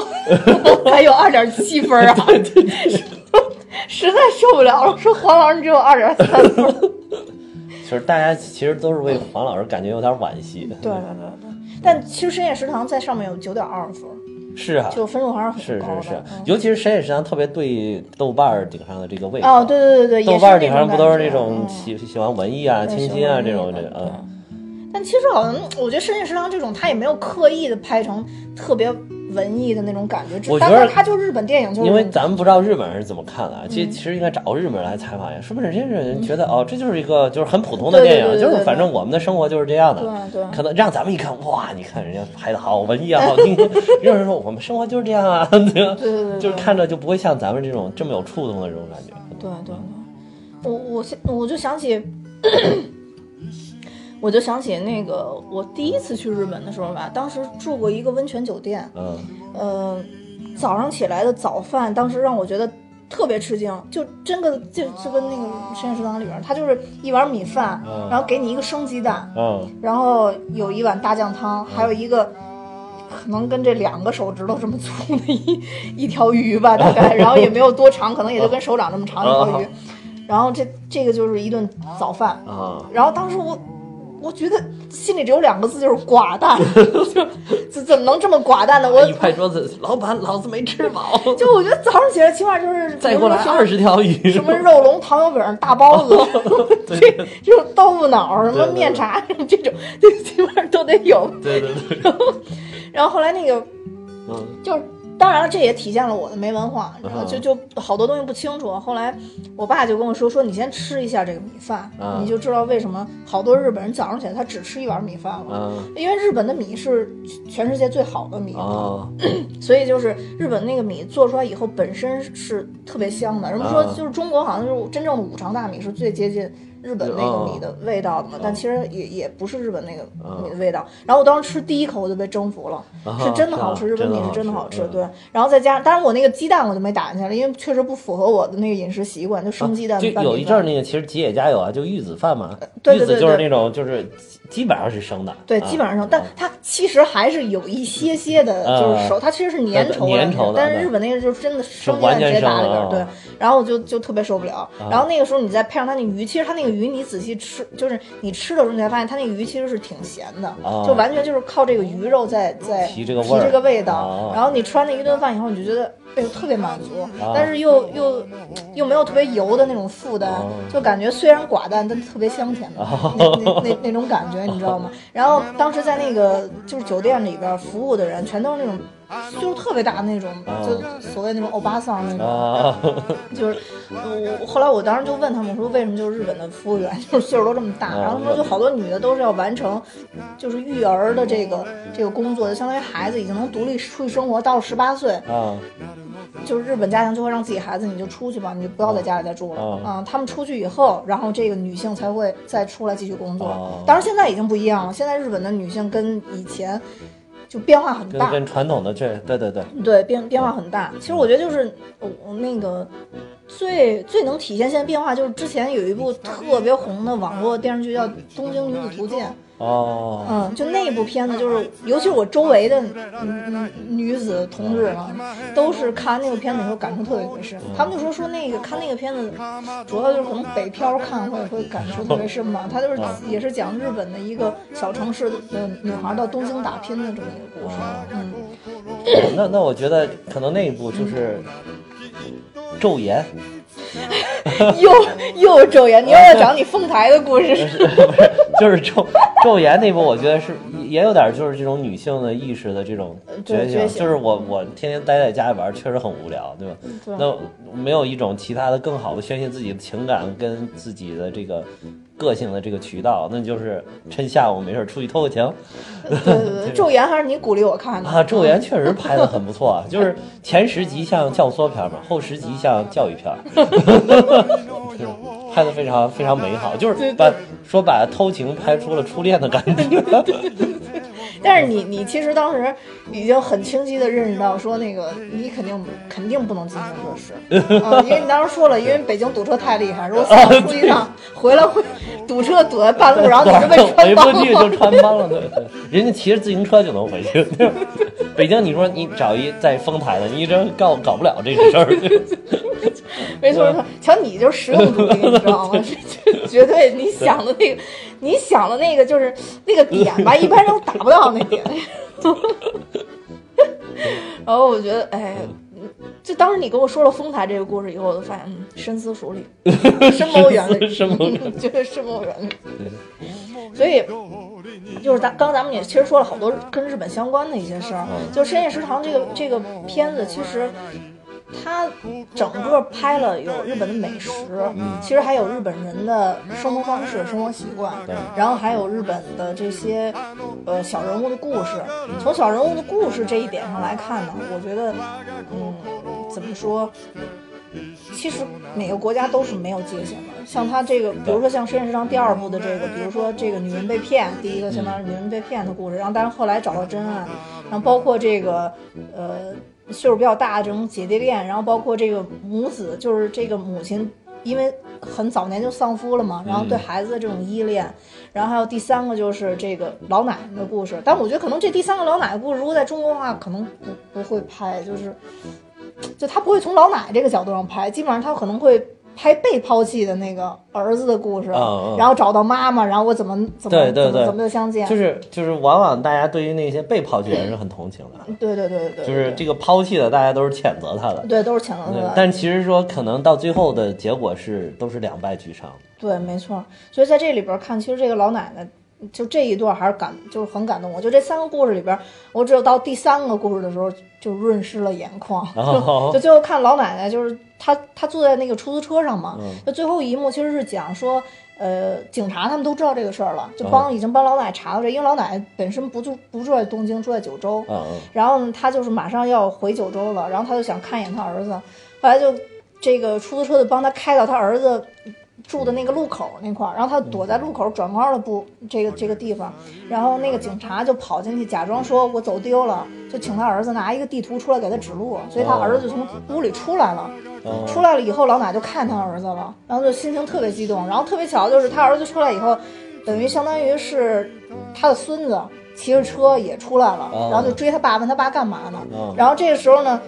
还有二点七分啊， 实在受不了了，说黄老师你只有二点三分。
就是大家其实都是为黄老师感觉有点惋惜，
对对对对，但其实深夜食堂在上面有九点二分，
是啊，
就分数还是
是
很高的。
是是
嗯，
尤其是深夜食堂特别对豆瓣儿顶上的这个胃口
哦，对对对对，也
豆
是
瓣儿
那
顶上
种
不都
感
是那
觉
种
嗯
喜喜欢文艺啊、
对
清
喜
新
欢
啊
文
这
艺
种
的
这啊，
嗯但其实好像我觉得深夜食堂这种，他也没有刻意的拍成特别文艺的那种感觉，只
我觉
但
得
是他就日本电影就是
因为咱们不知道日本人是怎么看的啊，
嗯
其实其实应该找个日本人来采访一下，是不是这人觉得哦，这就是一个就是很普通的
对嗯对
电影，
对对
就是
对
反正我们的生活就是这样的。
对对
可能让咱们一看，哇，你看人家拍的好文艺啊，好听。有人说我们生活就是这 样啊，对吧？
对对对，
就是看着就不会像咱们这种这么有触动的这种感觉。
对对对，我我现我就想起，我就想起那个我第一次去日本的时候吧，当时住过一个温泉酒店，
嗯，
呃，早上起来的早饭，当时让我觉得特别吃惊，就真的就就跟那个深夜食堂里边儿，它就是一碗米饭，
嗯
然后给你一个生鸡蛋，
嗯，
然后有一碗大酱汤，还有一个可能跟这两个手指头这么粗的一一条鱼吧，大概，然后也没有多长，可能也就跟手掌这么长一条鱼
啊，
然后这这个就是一顿早饭，
啊，
然后当时我。我觉得心里只有两个字，就是寡淡， 就怎怎么能这么寡淡呢？我
一拍桌子，老板，老子没吃饱，
就我觉得早上起来起码就是
再过来
比如说
二十条鱼。
什么肉龙、糖油饼、大包 子，
对
这这种豆腐脑儿、什
对
么
对
面茶什么这种，这基本上都得有。
对对对，
然后后来那个
嗯
就是，当然了，这也体现了我的没文化，然后
嗯
就就好多东西不清楚。后来我爸就跟我说说，你先吃一下这个米饭，
嗯
你就知道为什么好多日本人早上起来他只吃一碗米饭了。
嗯
因为日本的米是全世界最好的米，
啊，
所以就是日本那个米做出来以后本身是特别香的。人们说
嗯
就是中国好像就是真正的五常大米是最接近日本那个米的味道的嘛，
哦
但其实也也不是日本那个米的味道。然后我当时吃第一口我就被征服了，
啊
是真的好吃，
是
日
啊
本米是真
真
的
的
好
好吃
吃，
嗯
对。然后再加上，当然我那个鸡蛋我就没打进去了，因为确实不符合我的那个饮食习惯，就生鸡蛋
啊就
拌米饭。呃
有一阵儿那个，其实吉野家有啊，就玉子饭嘛，
对
玉
对对
子就是
对
那种就是基基本上是生的，
对，
啊
基本上上，但它其实还是有一些些的，
啊
就是熟，它其实是粘稠
粘稠的
但是
对
日本那个就是真的生鸡
完
蛋
全
直接打里
生的
边儿，
啊
对，然后我就就特别受不了。然后那个时候你再配上它那个鱼，其实它那个鱼你仔细吃，就是你吃的时候你才发现它那个鱼其实是挺咸的，
啊
就完全就是靠这个鱼肉在在
提这个味儿
味道。
啊
然后你吃完那一顿饭以后，你就觉得哎呦特别满足，但是又又又没有特别油的那种负担，就感觉虽然寡淡，但特别香甜的、那那那那种感觉，你知道吗？然后当时在那个就是酒店里边儿服务的人全都是那种。就是特别大的那种，就所谓那种欧巴桑那种，
啊，
就是我我后来我当时就问他们，我说为什么就是日本的服务员 就是岁数都这么
哦
大，然后他们说就好多女的都是要完成就是育儿的这个这个工作，就相当于孩子已经能独立出去生活，到了十八岁，
啊，
就是日本家庭就会让自己孩子你就出去吧，你就不要在家里再住了
哦
啊、他们出去以后，然后这个女性才会再出来继续工作。
哦
当然现在已经不一样了，现在日本的女性跟以前就变化很
跟
大，
跟传统的这，对对对，
对变变化很大。其实我觉得就是我、我那个最最能体现现在变化，就是之前有一部特别红的网络电视剧叫《东京女子图鉴》。
哦，
嗯，就那部片子，就是尤其是我周围的嗯女子同志啊，都是看完那个片子以后感触特别特别深。他们就说说那个看那个片子，主要就是可能北漂看会会感触特别深嘛。他就是也是讲日本的一个小城市的女孩到东京打拼的这么一个故事。嗯，
那那我觉得可能那一部就是《昼颜》
又又周岩，你又要讲你丰台的故事是吧？
不是， 就是《昼昼颜》那部，我觉得是也有点就是这种女性的意识的这种
呃对
觉
觉
醒。
醒嗯
就是我我天天待在家里边儿确实很无聊，对吧？
对
那没有一种其他的更好的宣泄自己的情感跟自己的这个个性的这个渠道，那就是趁下午没事儿出去透个情。
对 对对，昼颜还是你鼓励我看的
啊，《昼颜》确实拍的很不错，啊，就是前十集像教唆片儿嘛，后十集像教育片儿，拍的非常非常美好，就是把说把偷情拍出了初恋的感觉。
但是你你其实当时已经很清晰的认识到，说那个你肯定肯定不能进行这事， 啊，因为你当时说了，因为北京堵车太厉害，如果想出去一趟，回来会堵车堵在半路，然后你 就被穿
回
帮
不去就
了。
穿帮了，对对，人家骑着自行车就能回去。对吧北京，你说你找一在丰台的，你这搞搞不了这个事儿。对吧
没错没
嗯
错，瞧你就是实用主义，你知 道吗？这绝对你想的那个，你想的那个就是那个点吧，一般人打不到那点。 然后我觉得，哎。就当时你跟我说了丰台这个故事以后，我就发现，嗯，深思熟虑，深谋远虑，
深谋远
就是深谋远虑。所以，就是咱刚咱们也其实说了好多跟日本相关的一些事儿，
嗯
就《深夜食堂》这个这个片子，其实它整个拍了有日本的美食，其实还有日本人的生活方式、生活习惯，然后还有日本的这些呃小人物的故事。从小人物的故事这一点上来看呢，我觉得，嗯，怎么说？其实每个国家都是没有界限的。像他这个，比如说像《实验室上第二部的这个，比如说这个女人被骗，第一个相当于女人被骗的故事，然后但是后来找到真爱，然后包括这个呃岁数比较大的这种姐弟恋，然后包括这个母子，就是这个母亲。因为很早年就丧夫了嘛，然后对孩子的这种依恋，然后还有第三个就是这个老奶奶的故事，但我觉得可能这第三个老奶奶故事如果在中国的话，可能不不会拍，就是就他不会从老奶这个角度上拍，基本上他可能会拍被抛弃的那个儿子的故事，
嗯嗯
然后找到妈妈，然后我怎么怎么
对对
怎么
对
怎么就相见，
就是就是，往往大家对于那些被抛弃的人是很同情的，
对对对对，
就是
对
这个抛弃的，大家都是谴责他的。
对都是潜能的，
但其实说，可能到最后的结果是都是两败俱伤。
对，没错。所以在这里边看，其实这个老奶奶就这一段还是感，就是很感动我。就这三个故事里边，我只有到第三个故事的时候，就润湿了眼眶。
哦
就最后看老奶奶，就是她，她坐在那个出租车上嘛。就最后一幕其实是讲说。呃，警察他们都知道这个事儿了，就帮、已经帮老奶奶查到这，因为老奶奶本身不住不住在东京，住在九州，
嗯嗯，
然后呢，他就是马上要回九州了，然后他就想看一眼他儿子，后来就这个出租车就帮他开到他儿子住的那个路口那块儿，然后他躲在路口转弯的不这个这个地方，然后那个警察就跑进去，假装说我走丢了，就请他儿子拿一个地图出来给他指路，所以他
哦
儿子就从屋里出来了。
嗯
出来了以后，老奶就看他儿子了，然后就心情特别激动。然后特别巧的就是他儿子出来以后，等于相当于是他的孙子骑着车也出来了，
哦
然后就追他爸，问他爸干嘛呢？
哦
然后这个时候呢，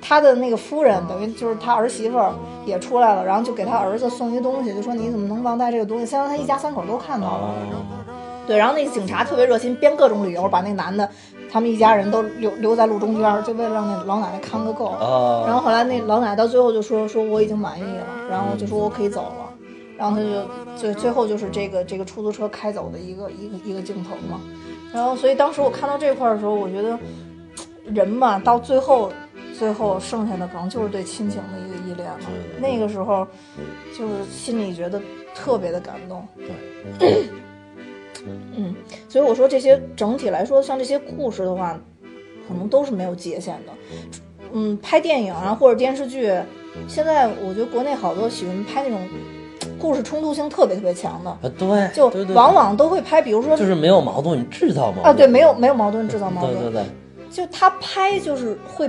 他的那个夫人等于就是他儿媳妇儿也出来了，然后就给他儿子送一东西，就说你怎么能忘带这个东西？相当于他一家三口都看到
哦
了。
嗯
对，然后那个警察特别热心，编各种理由把那男的，他们一家人都留留在路中间儿，就为了让那老奶奶看个够。
哦
然后后来那老奶奶到最后就说说我已经满意了，然后就说我可以走了。然后他就最最后就是这个这个出租车开走的一个一个一个镜头嘛。然后所以当时我看到这块儿的时候，我觉得人嘛，到最后最后剩下的可能就是对亲情的一个依恋了。那个时候就是心里觉得特别的感动。嗯，所以我说这些整体来说，像这些故事的话，可能都是没有界限的。嗯，拍电影啊或者电视剧，
嗯
现在我觉得国内好多喜欢拍那种故事冲突性特别特别强的，
啊，对，
就
对对
往往都会拍，比如说
就是没有矛盾，你制造矛盾
啊，对，没有没有矛盾制造矛
对对
盾，
对，
就他拍就是会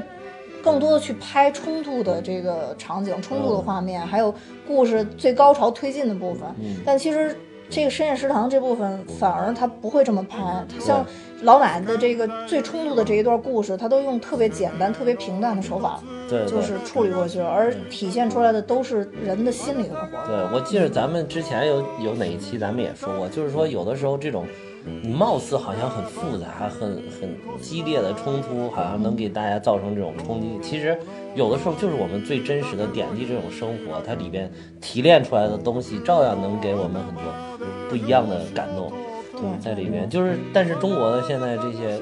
更多的去拍冲突的这
嗯嗯
个场景、冲突的画面，还有故事最高潮推进的部分。但其实这个深夜食堂这部分反而它不会这么拍，
嗯
它像老奶奶的这个最冲突的这一段故事，它都用特别简单、特别平淡的手法，
对，对嗯
就是处理过去了，而体现出来的都是人的心理活
对，我记得咱们之前有有哪一期咱们也说过，就是说有的时候这种嗯貌似好像很复杂、很很激烈的冲突，好像能给大家造成这种冲击。其实有的时候就是我们最真实的点滴这种生活，它里边提炼出来的东西，照样能给我们很多不一样的感动。
对
在里面就是，但是中国的现在这些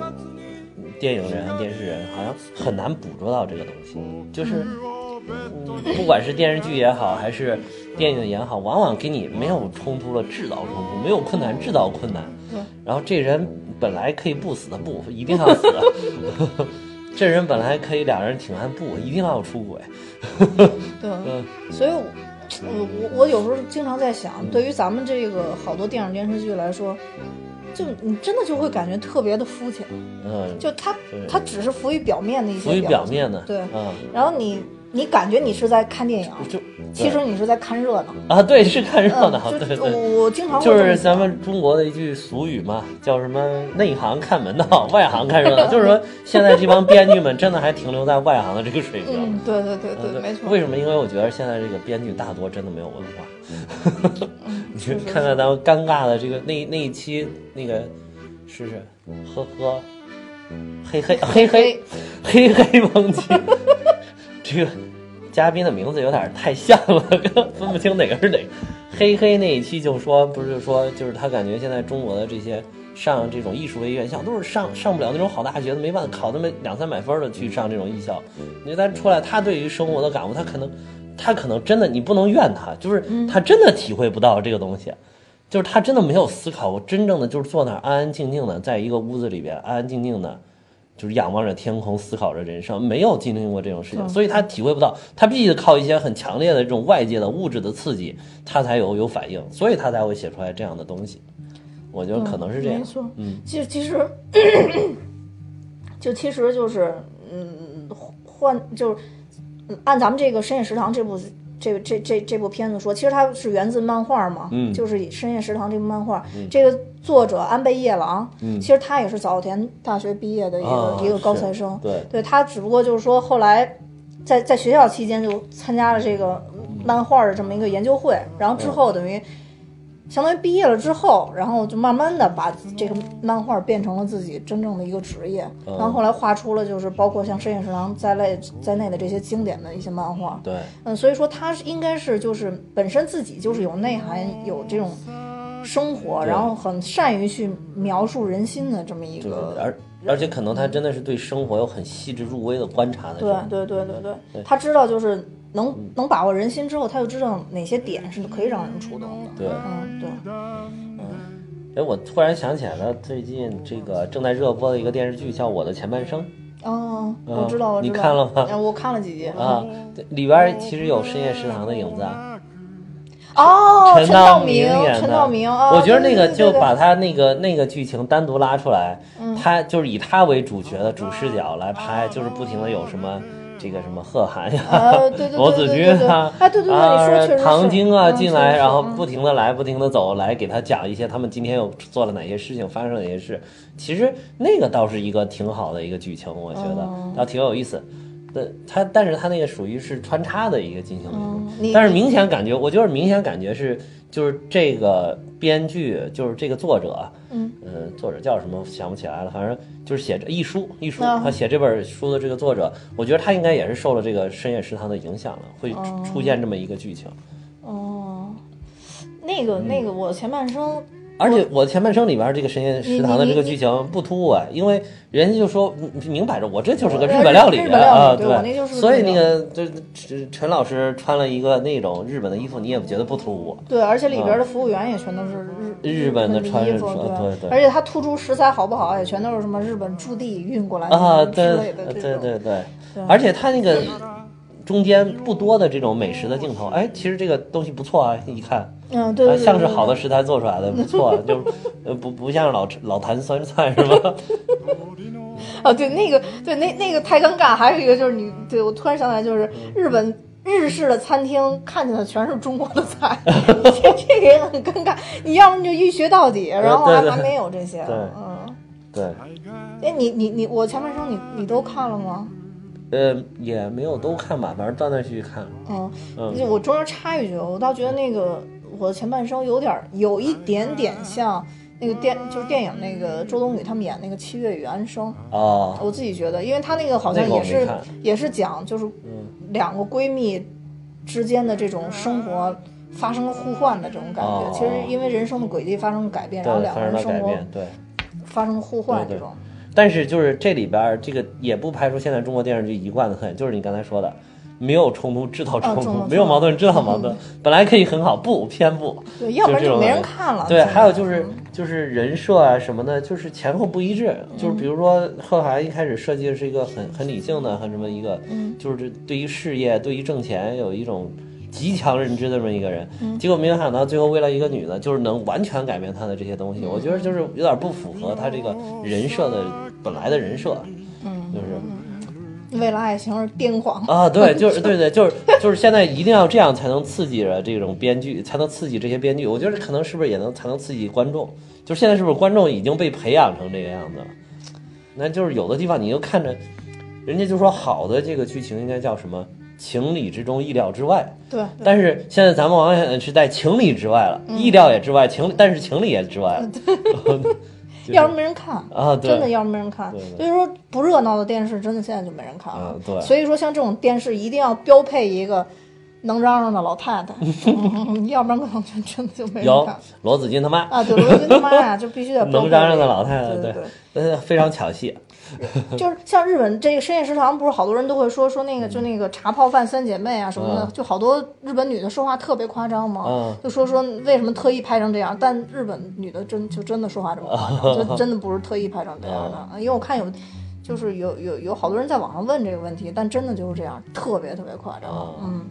电影人、电视人好像很难捕捉到这个东西，就是。嗯不管是电视剧也好，还是电影也好，往往给你没有冲突了制造冲突，没有困难制造困难。然后这人本来可以不死的不一定要 死，这人本来可以俩人挺安不一定要出轨。
对，
嗯，
所以我，我我我有时候经常在想，对于咱们这个好多电影电视剧来说，就你真的就会感觉特别的肤浅，
嗯，
就它
对
它只是浮于表面的一
浮
些
于
表
表面的，
对
嗯，
然后你你感觉你是在看电影，
就
其实你是在看热闹。
啊，对，是看热闹，
嗯，
对
就
对。
我我经常会
就
这么
是
想
咱们中国的一句俗语嘛，叫什么“内行看门道， 外行看热闹”。就是说，现在这帮编剧们真的还停留在外行的这个水平。
嗯，对对对对，没错
为。什么？因为我觉得现在这个编剧大多真的没有文
嗯
化。 你
是是
看看咱们尴尬的这个那那一期那个是是呵呵嘿嘿嘿嘿嘿嘿蒙奇，这个嘉宾的名字有点太像了， 分不清哪个是哪个。嘿嘿那一期就说不是说就是他感觉现在中国的这些。上这种艺术类院校都是上上不了那种好大学的，没办法考那么两三百分的去上这种艺校，你再出来，他对于生活的感悟，他可能，他可能真的，你不能怨他，就是他真的体会不到这个东西，就是他真的没有思考过，真正的就是坐那儿安安静静的，在一个屋子里边安安静静的，就是仰望着天空，思考着人生，没有经历过这种事
嗯
情，所以他体会不到，他必须得靠一些很强烈的这种外界的物质的刺激，他才有有反应，所以他才会写出来这样的东西。我觉得可能是这样
没，错，
嗯，
就其实， 就其实就是，嗯，换就是，嗯按咱们这个《深夜食堂》这部这这这这部片子说，其实它是源自漫画嘛，
嗯
就是以《深夜食堂》这部漫画，这个作者安倍夜郎，其实他也是早田大学毕业的一个、
嗯啊
嗯一个高
是
材生，
对
他只不过就是说后来在在学校期间就参加了这个漫画的这么一个研究会，然后之后等于。相当于毕业了之后，然后就慢慢的把这个漫画变成了自己真正的一个职业，然后后来画出了就是包括像《深夜食堂》在内在内的这些经典的一些漫画。
对，
嗯，所以说他是应该是就是本身自己就是有内涵，有这种生活，
对
然后很善于去描述人心的这么一
就是
个。
而而且可能他真的是对生活有很细致入微的观察的，
对对对对对，他知道就是能
嗯
能把握人心之后，他就知道哪些点是可以让人触动的。
对。
嗯，对，
哎，我突然想起来了，最近这个正在热播的一个电视剧叫《我的前半生
哦，我知道，我知
嗯你
道。
看了吗
哎我看了几集。》
啊，里边儿其实有深夜食堂的影子啊，
哦，陈
道
明
演，的。
陈道明啊，
我觉得那个
对
就
对对对
把他那个那个剧情单独拉出来，他
嗯
就是以他为主角的主视角来
哦
拍，就是不停的有什么。这个什么贺涵呀、
呃对对对
罗子君啊，
对对对对哎对对对你说确实是
唐晶啊
嗯
进来，
确实
然后
嗯
不停的来，不停的走，来给他讲一些他们今天又做了哪些事情，发生了哪些事。其实那个倒是一个挺好的一个剧情，我觉得
哦
倒挺有意思。但他但是他那个属于是穿插的一个进行内容
嗯，你
但是明显感觉，我就是明显感觉是，就是这个编剧，就是这个作者，
嗯
呃，作者叫什么想不起来了，反正就是写这一书一书，
啊
他写这本书的这个作者，我觉得他应该也是受了这个深夜食堂的影响了，会出出现这么一个剧情。
哦，那个那
嗯
个，我前半生
而且我前半生里边这个深夜食堂的
你
这
你
个
你
剧情不突兀啊，因为人家就说嗯明摆着我这就是个日本料理
日本料
啊
理
啊，
对我那就是个
所以
日
那
本
个就是陈陈老师穿了一个那种日本的衣服，你也觉得不突兀。啊
对，而且里边的服务员也全都是日
嗯日本的穿
衣
日
服，
服对对
而且他突出食材好不好，也全都是什么日本驻地运过来的
啊，
哎之
对
类的这
对
种
对对
对，
而且它那个中间不多的这种美食的镜头，哎，其实这个东西不错啊，一看。
嗯对对
啊
对，
像是
对
好的食材做出来的，不错，就呃 不不像是老老坛酸菜是吧？
哦，对，那个对那那个太尴尬。还有一个就是你，对我突然想起来，就是日本、日式的餐厅看起来全是中国的 菜，这这个也很尴尬。你要么你就一学到底，然后还
对对
还没有这些，
对
嗯。
对，
哎，你你你，我前半生你你都看了吗？
呃，也没有都看吧，反正断断续续看了。
嗯，
嗯
就我中间插一句，我倒觉得那个我的前半生有点儿有一点点像那个电，就是电影那个周冬雨他们演那个《七月与安生》，
哦，
我自己觉得，因为他那个好像
那个我
也
没
是、
看
也是讲就是
嗯，
两个闺蜜之间的这种生活发生了互换的这种感觉。
哦
其实因为人生的轨迹发生了改变，然后
对，
两个
发生
人
了
生
改
活
变，对。
发生了互换
对
这
对
种。
但是就是这里边儿这个也不排除现在中国电视剧一贯的特点，就是你刚才说的，没有冲突制造冲
啊
突，
冲突嗯
没有矛盾制造矛盾，本来可以很好，不偏不。
对，要不然
就这
就
种
没人
感觉
看了。
对，
现在
还有就是就是人设啊什么的，就是前后不一致。就是比如说贺涵一开始设计的是一个很很理性的，很什么一个，就是对于事业、对于挣钱有一种极强认知的这么一个人。结果没有想到最后为了一个女的，就是能完全改变他的这些东西。我觉得就是有点不符合他这个人设的本来的人设，
嗯，
就是。
为了爱情而癫狂。
啊，对，就是对对，就是就是现在一定要这样才能刺激着这种编剧，才能刺激这些编剧。我觉得可能是不是也能才能刺激观众？就是现在是不是观众已经被培养成这个样子了？那就是有的地方你就看着，人家就说好的这个剧情应该叫什么？情理之中，意料之外。
对，对
但是现在咱们往往是在情理之外了，
嗯
意料也之外，情但是情理也之外了。就是
要是没人看。
啊，
嗯
对，
真的要是没人看
对，
所以说不热闹的电视真的现在就没人看了
啊。对
所以说像这种电视一定要标配一个能嚷嚷的老太 太，嗯要不然可能就真的就没人
有
看。
罗子君他妈
啊，对，罗军他妈呀，就必须得标
能
配
嚷
这个
嚷的老太太，
对对
呃，非常抢戏。
对，就是像日本这个深夜食堂，不是好多人都会说说那个就那个茶泡饭三姐妹啊什么的，
嗯
就好多日本女的说话特别夸张嘛，
嗯
就说说为什么特意拍成这样，但日本女的真就真的说话这么夸张，就真的不是特意拍成这样的，
嗯
因为我看有。就是有有有好多人在网上问这个问题，但真的就是这样，特别特别夸张。
哦
嗯，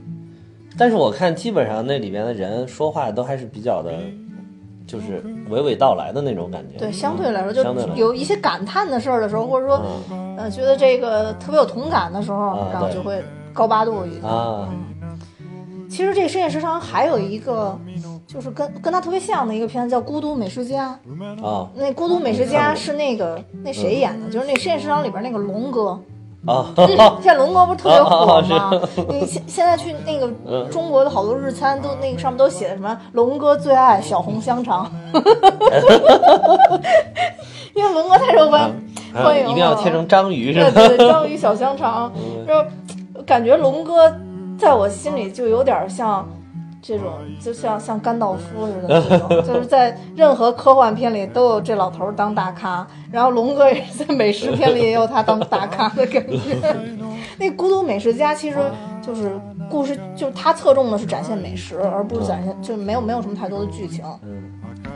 但是我看基本上那里边的人说话都还是比较的，就是娓娓道来的那种感觉。
对，
嗯
相对来说，就
相对来
有一些感叹的事儿的时候，或者说，
嗯
呃，觉得这个特别有同感的时候，
啊
然后
对
就会高八度一下。
啊
嗯，其实这个深夜食堂还有一个，就是跟跟它特别像的一个片子叫《孤独美食家》。
啊
那《孤独美食
看
家》
过
是那个那谁演的？就是那个深夜食堂里边那个龙 哥。
啊！
现在龙哥不是特别火
啊
吗？你现现在去那
嗯
个中国的好多日餐都那个上面都写的什么龙哥最爱小红香 肠， 因为龙哥太
啊
受欢
还
欢迎
有
了，
一定要切成章鱼是
对
吧？嗯
对对，章鱼小香 肠，然后感觉龙哥在我心里就有点像这种，就像像甘道夫似的这 种，就是在任何科幻片里都有这老头儿当大咖，然后龙哥也是在美食片里也有他当大咖的感觉。那《孤独美食家》其实就是故事，就是他侧重的是展现美食，而不是展现就是没有没有什么太多的剧情。
嗯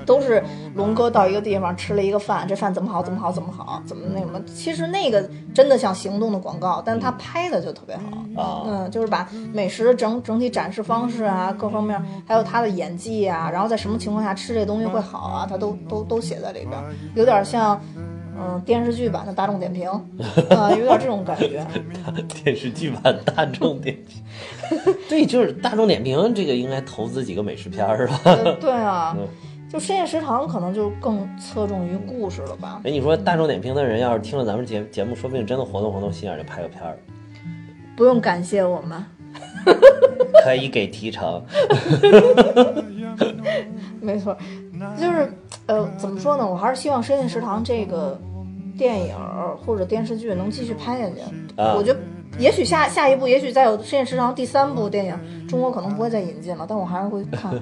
都是龙哥到一个地方吃了一个饭，这饭怎么好怎么好怎么好怎么那什么。其实那个真的像行动的广告，但他拍的就特别好。
啊
嗯，就是把美食整整体展示方式啊，各方面，还有他的演技啊，然后在什么情况下吃这东西会好啊，他都都都写在里边儿，有点像，嗯、电视剧版的大众点评，啊、有点这种感觉。
电视剧版大众点评， 对，就是大众点评这个应该投资几个美食片儿吧？
呃对啊，就深夜食堂可能就更侧重于故事了吧。
哎，你说大众点评的人要是听了咱们节节目，说不定真的活动活动心眼儿就拍个片儿，
不用感谢我们，
可以给提成。
没错，就是呃，怎么说呢？我还是希望《深夜食堂》这个电影儿或者电视剧能继续拍下去。
啊
我觉得，也许下下一部，也许再有《深夜食堂》第三部电影，中国可能不会再引进了，但我还是会 看。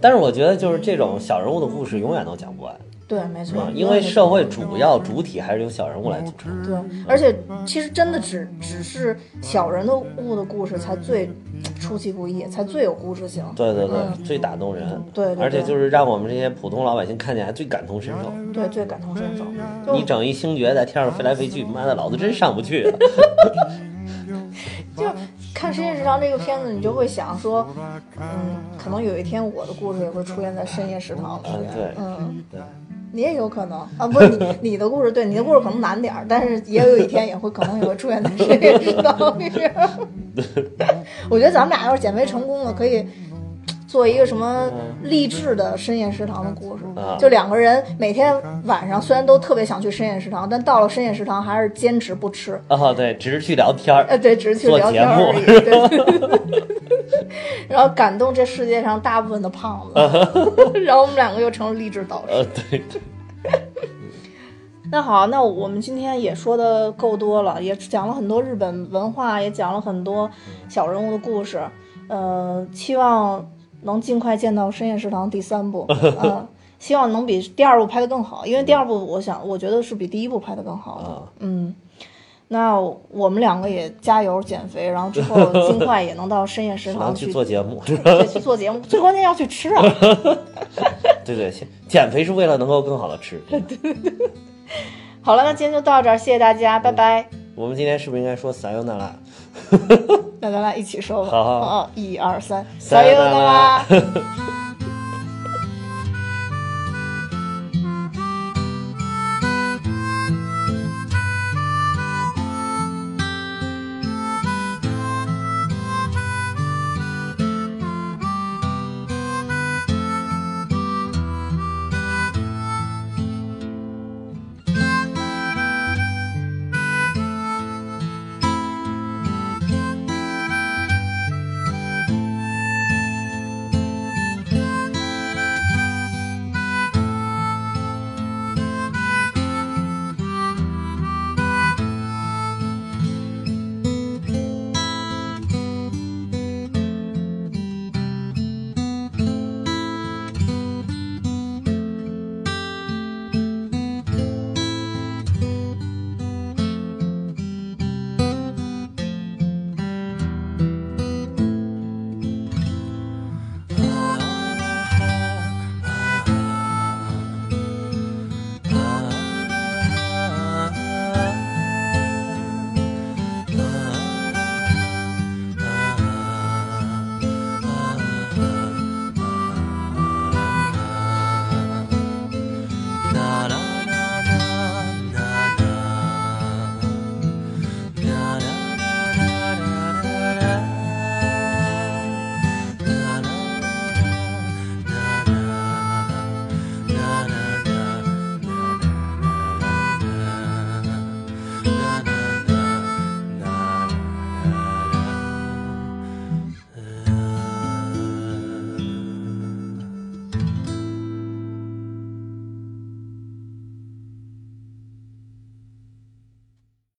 但是我觉得就是这种小人物的故事永远都讲不完。
对，没错
啊，，因为社会主要主体还是由小人物来组成。
对，而且其实真的只只是小人物的故事才最出其不意，才最有故事性。
对对对，最打动人。
嗯对对对
而且就是让我们这些普通老百姓看起来最感同身受。
对，最感同身受。
你整一星爵在天上飞来飞去，妈的，老子真上不去。
就看《深夜食堂》这个片子，你就会想说，嗯，可能有一天我的故事也会出现在深夜食堂里
嗯
面。
对
嗯，
对
你也有可能啊，不是你你的故事，对你的故事可能难点儿，但是也有一天也会可能也会出现在谁手里。 我觉得咱们俩要是减肥成功了，可以做一个什么励志的深夜食堂的故事，
啊
就两个人每天晚上虽然都特别想去深夜食堂，但到了深夜食堂还是坚持不吃。
啊，对，只是去聊天儿
呃，，对，只是去
做
聊
节
天而
目
已。对 然后感动这世界上大部分的胖 子，然后我们两个又成了励志导师。
呃， 对，
那好，那我们今天也说的够多了，也讲了很多日本文化，也讲了很多
嗯
小人物的故事。呃，期望能尽快见到《深夜食堂》第三 部，嗯、希望能比第二部拍的更好，因为第二部我想我觉得是比第一部拍的更好的。
啊
嗯，那我们两个也加油减肥，然后之 后尽快也能到深夜食
只
堂
能
去
去做 节目。
对去做节目，最关键要去吃啊。
对对，减减肥是为了能够更好的吃。
好了，那今天就到这儿，谢谢大
嗯
家，拜拜。
我们今天是不是应该说撒由那拉？
那咱俩一起说吧。
好好
嗯，一二三，
撒由那
拉
拉。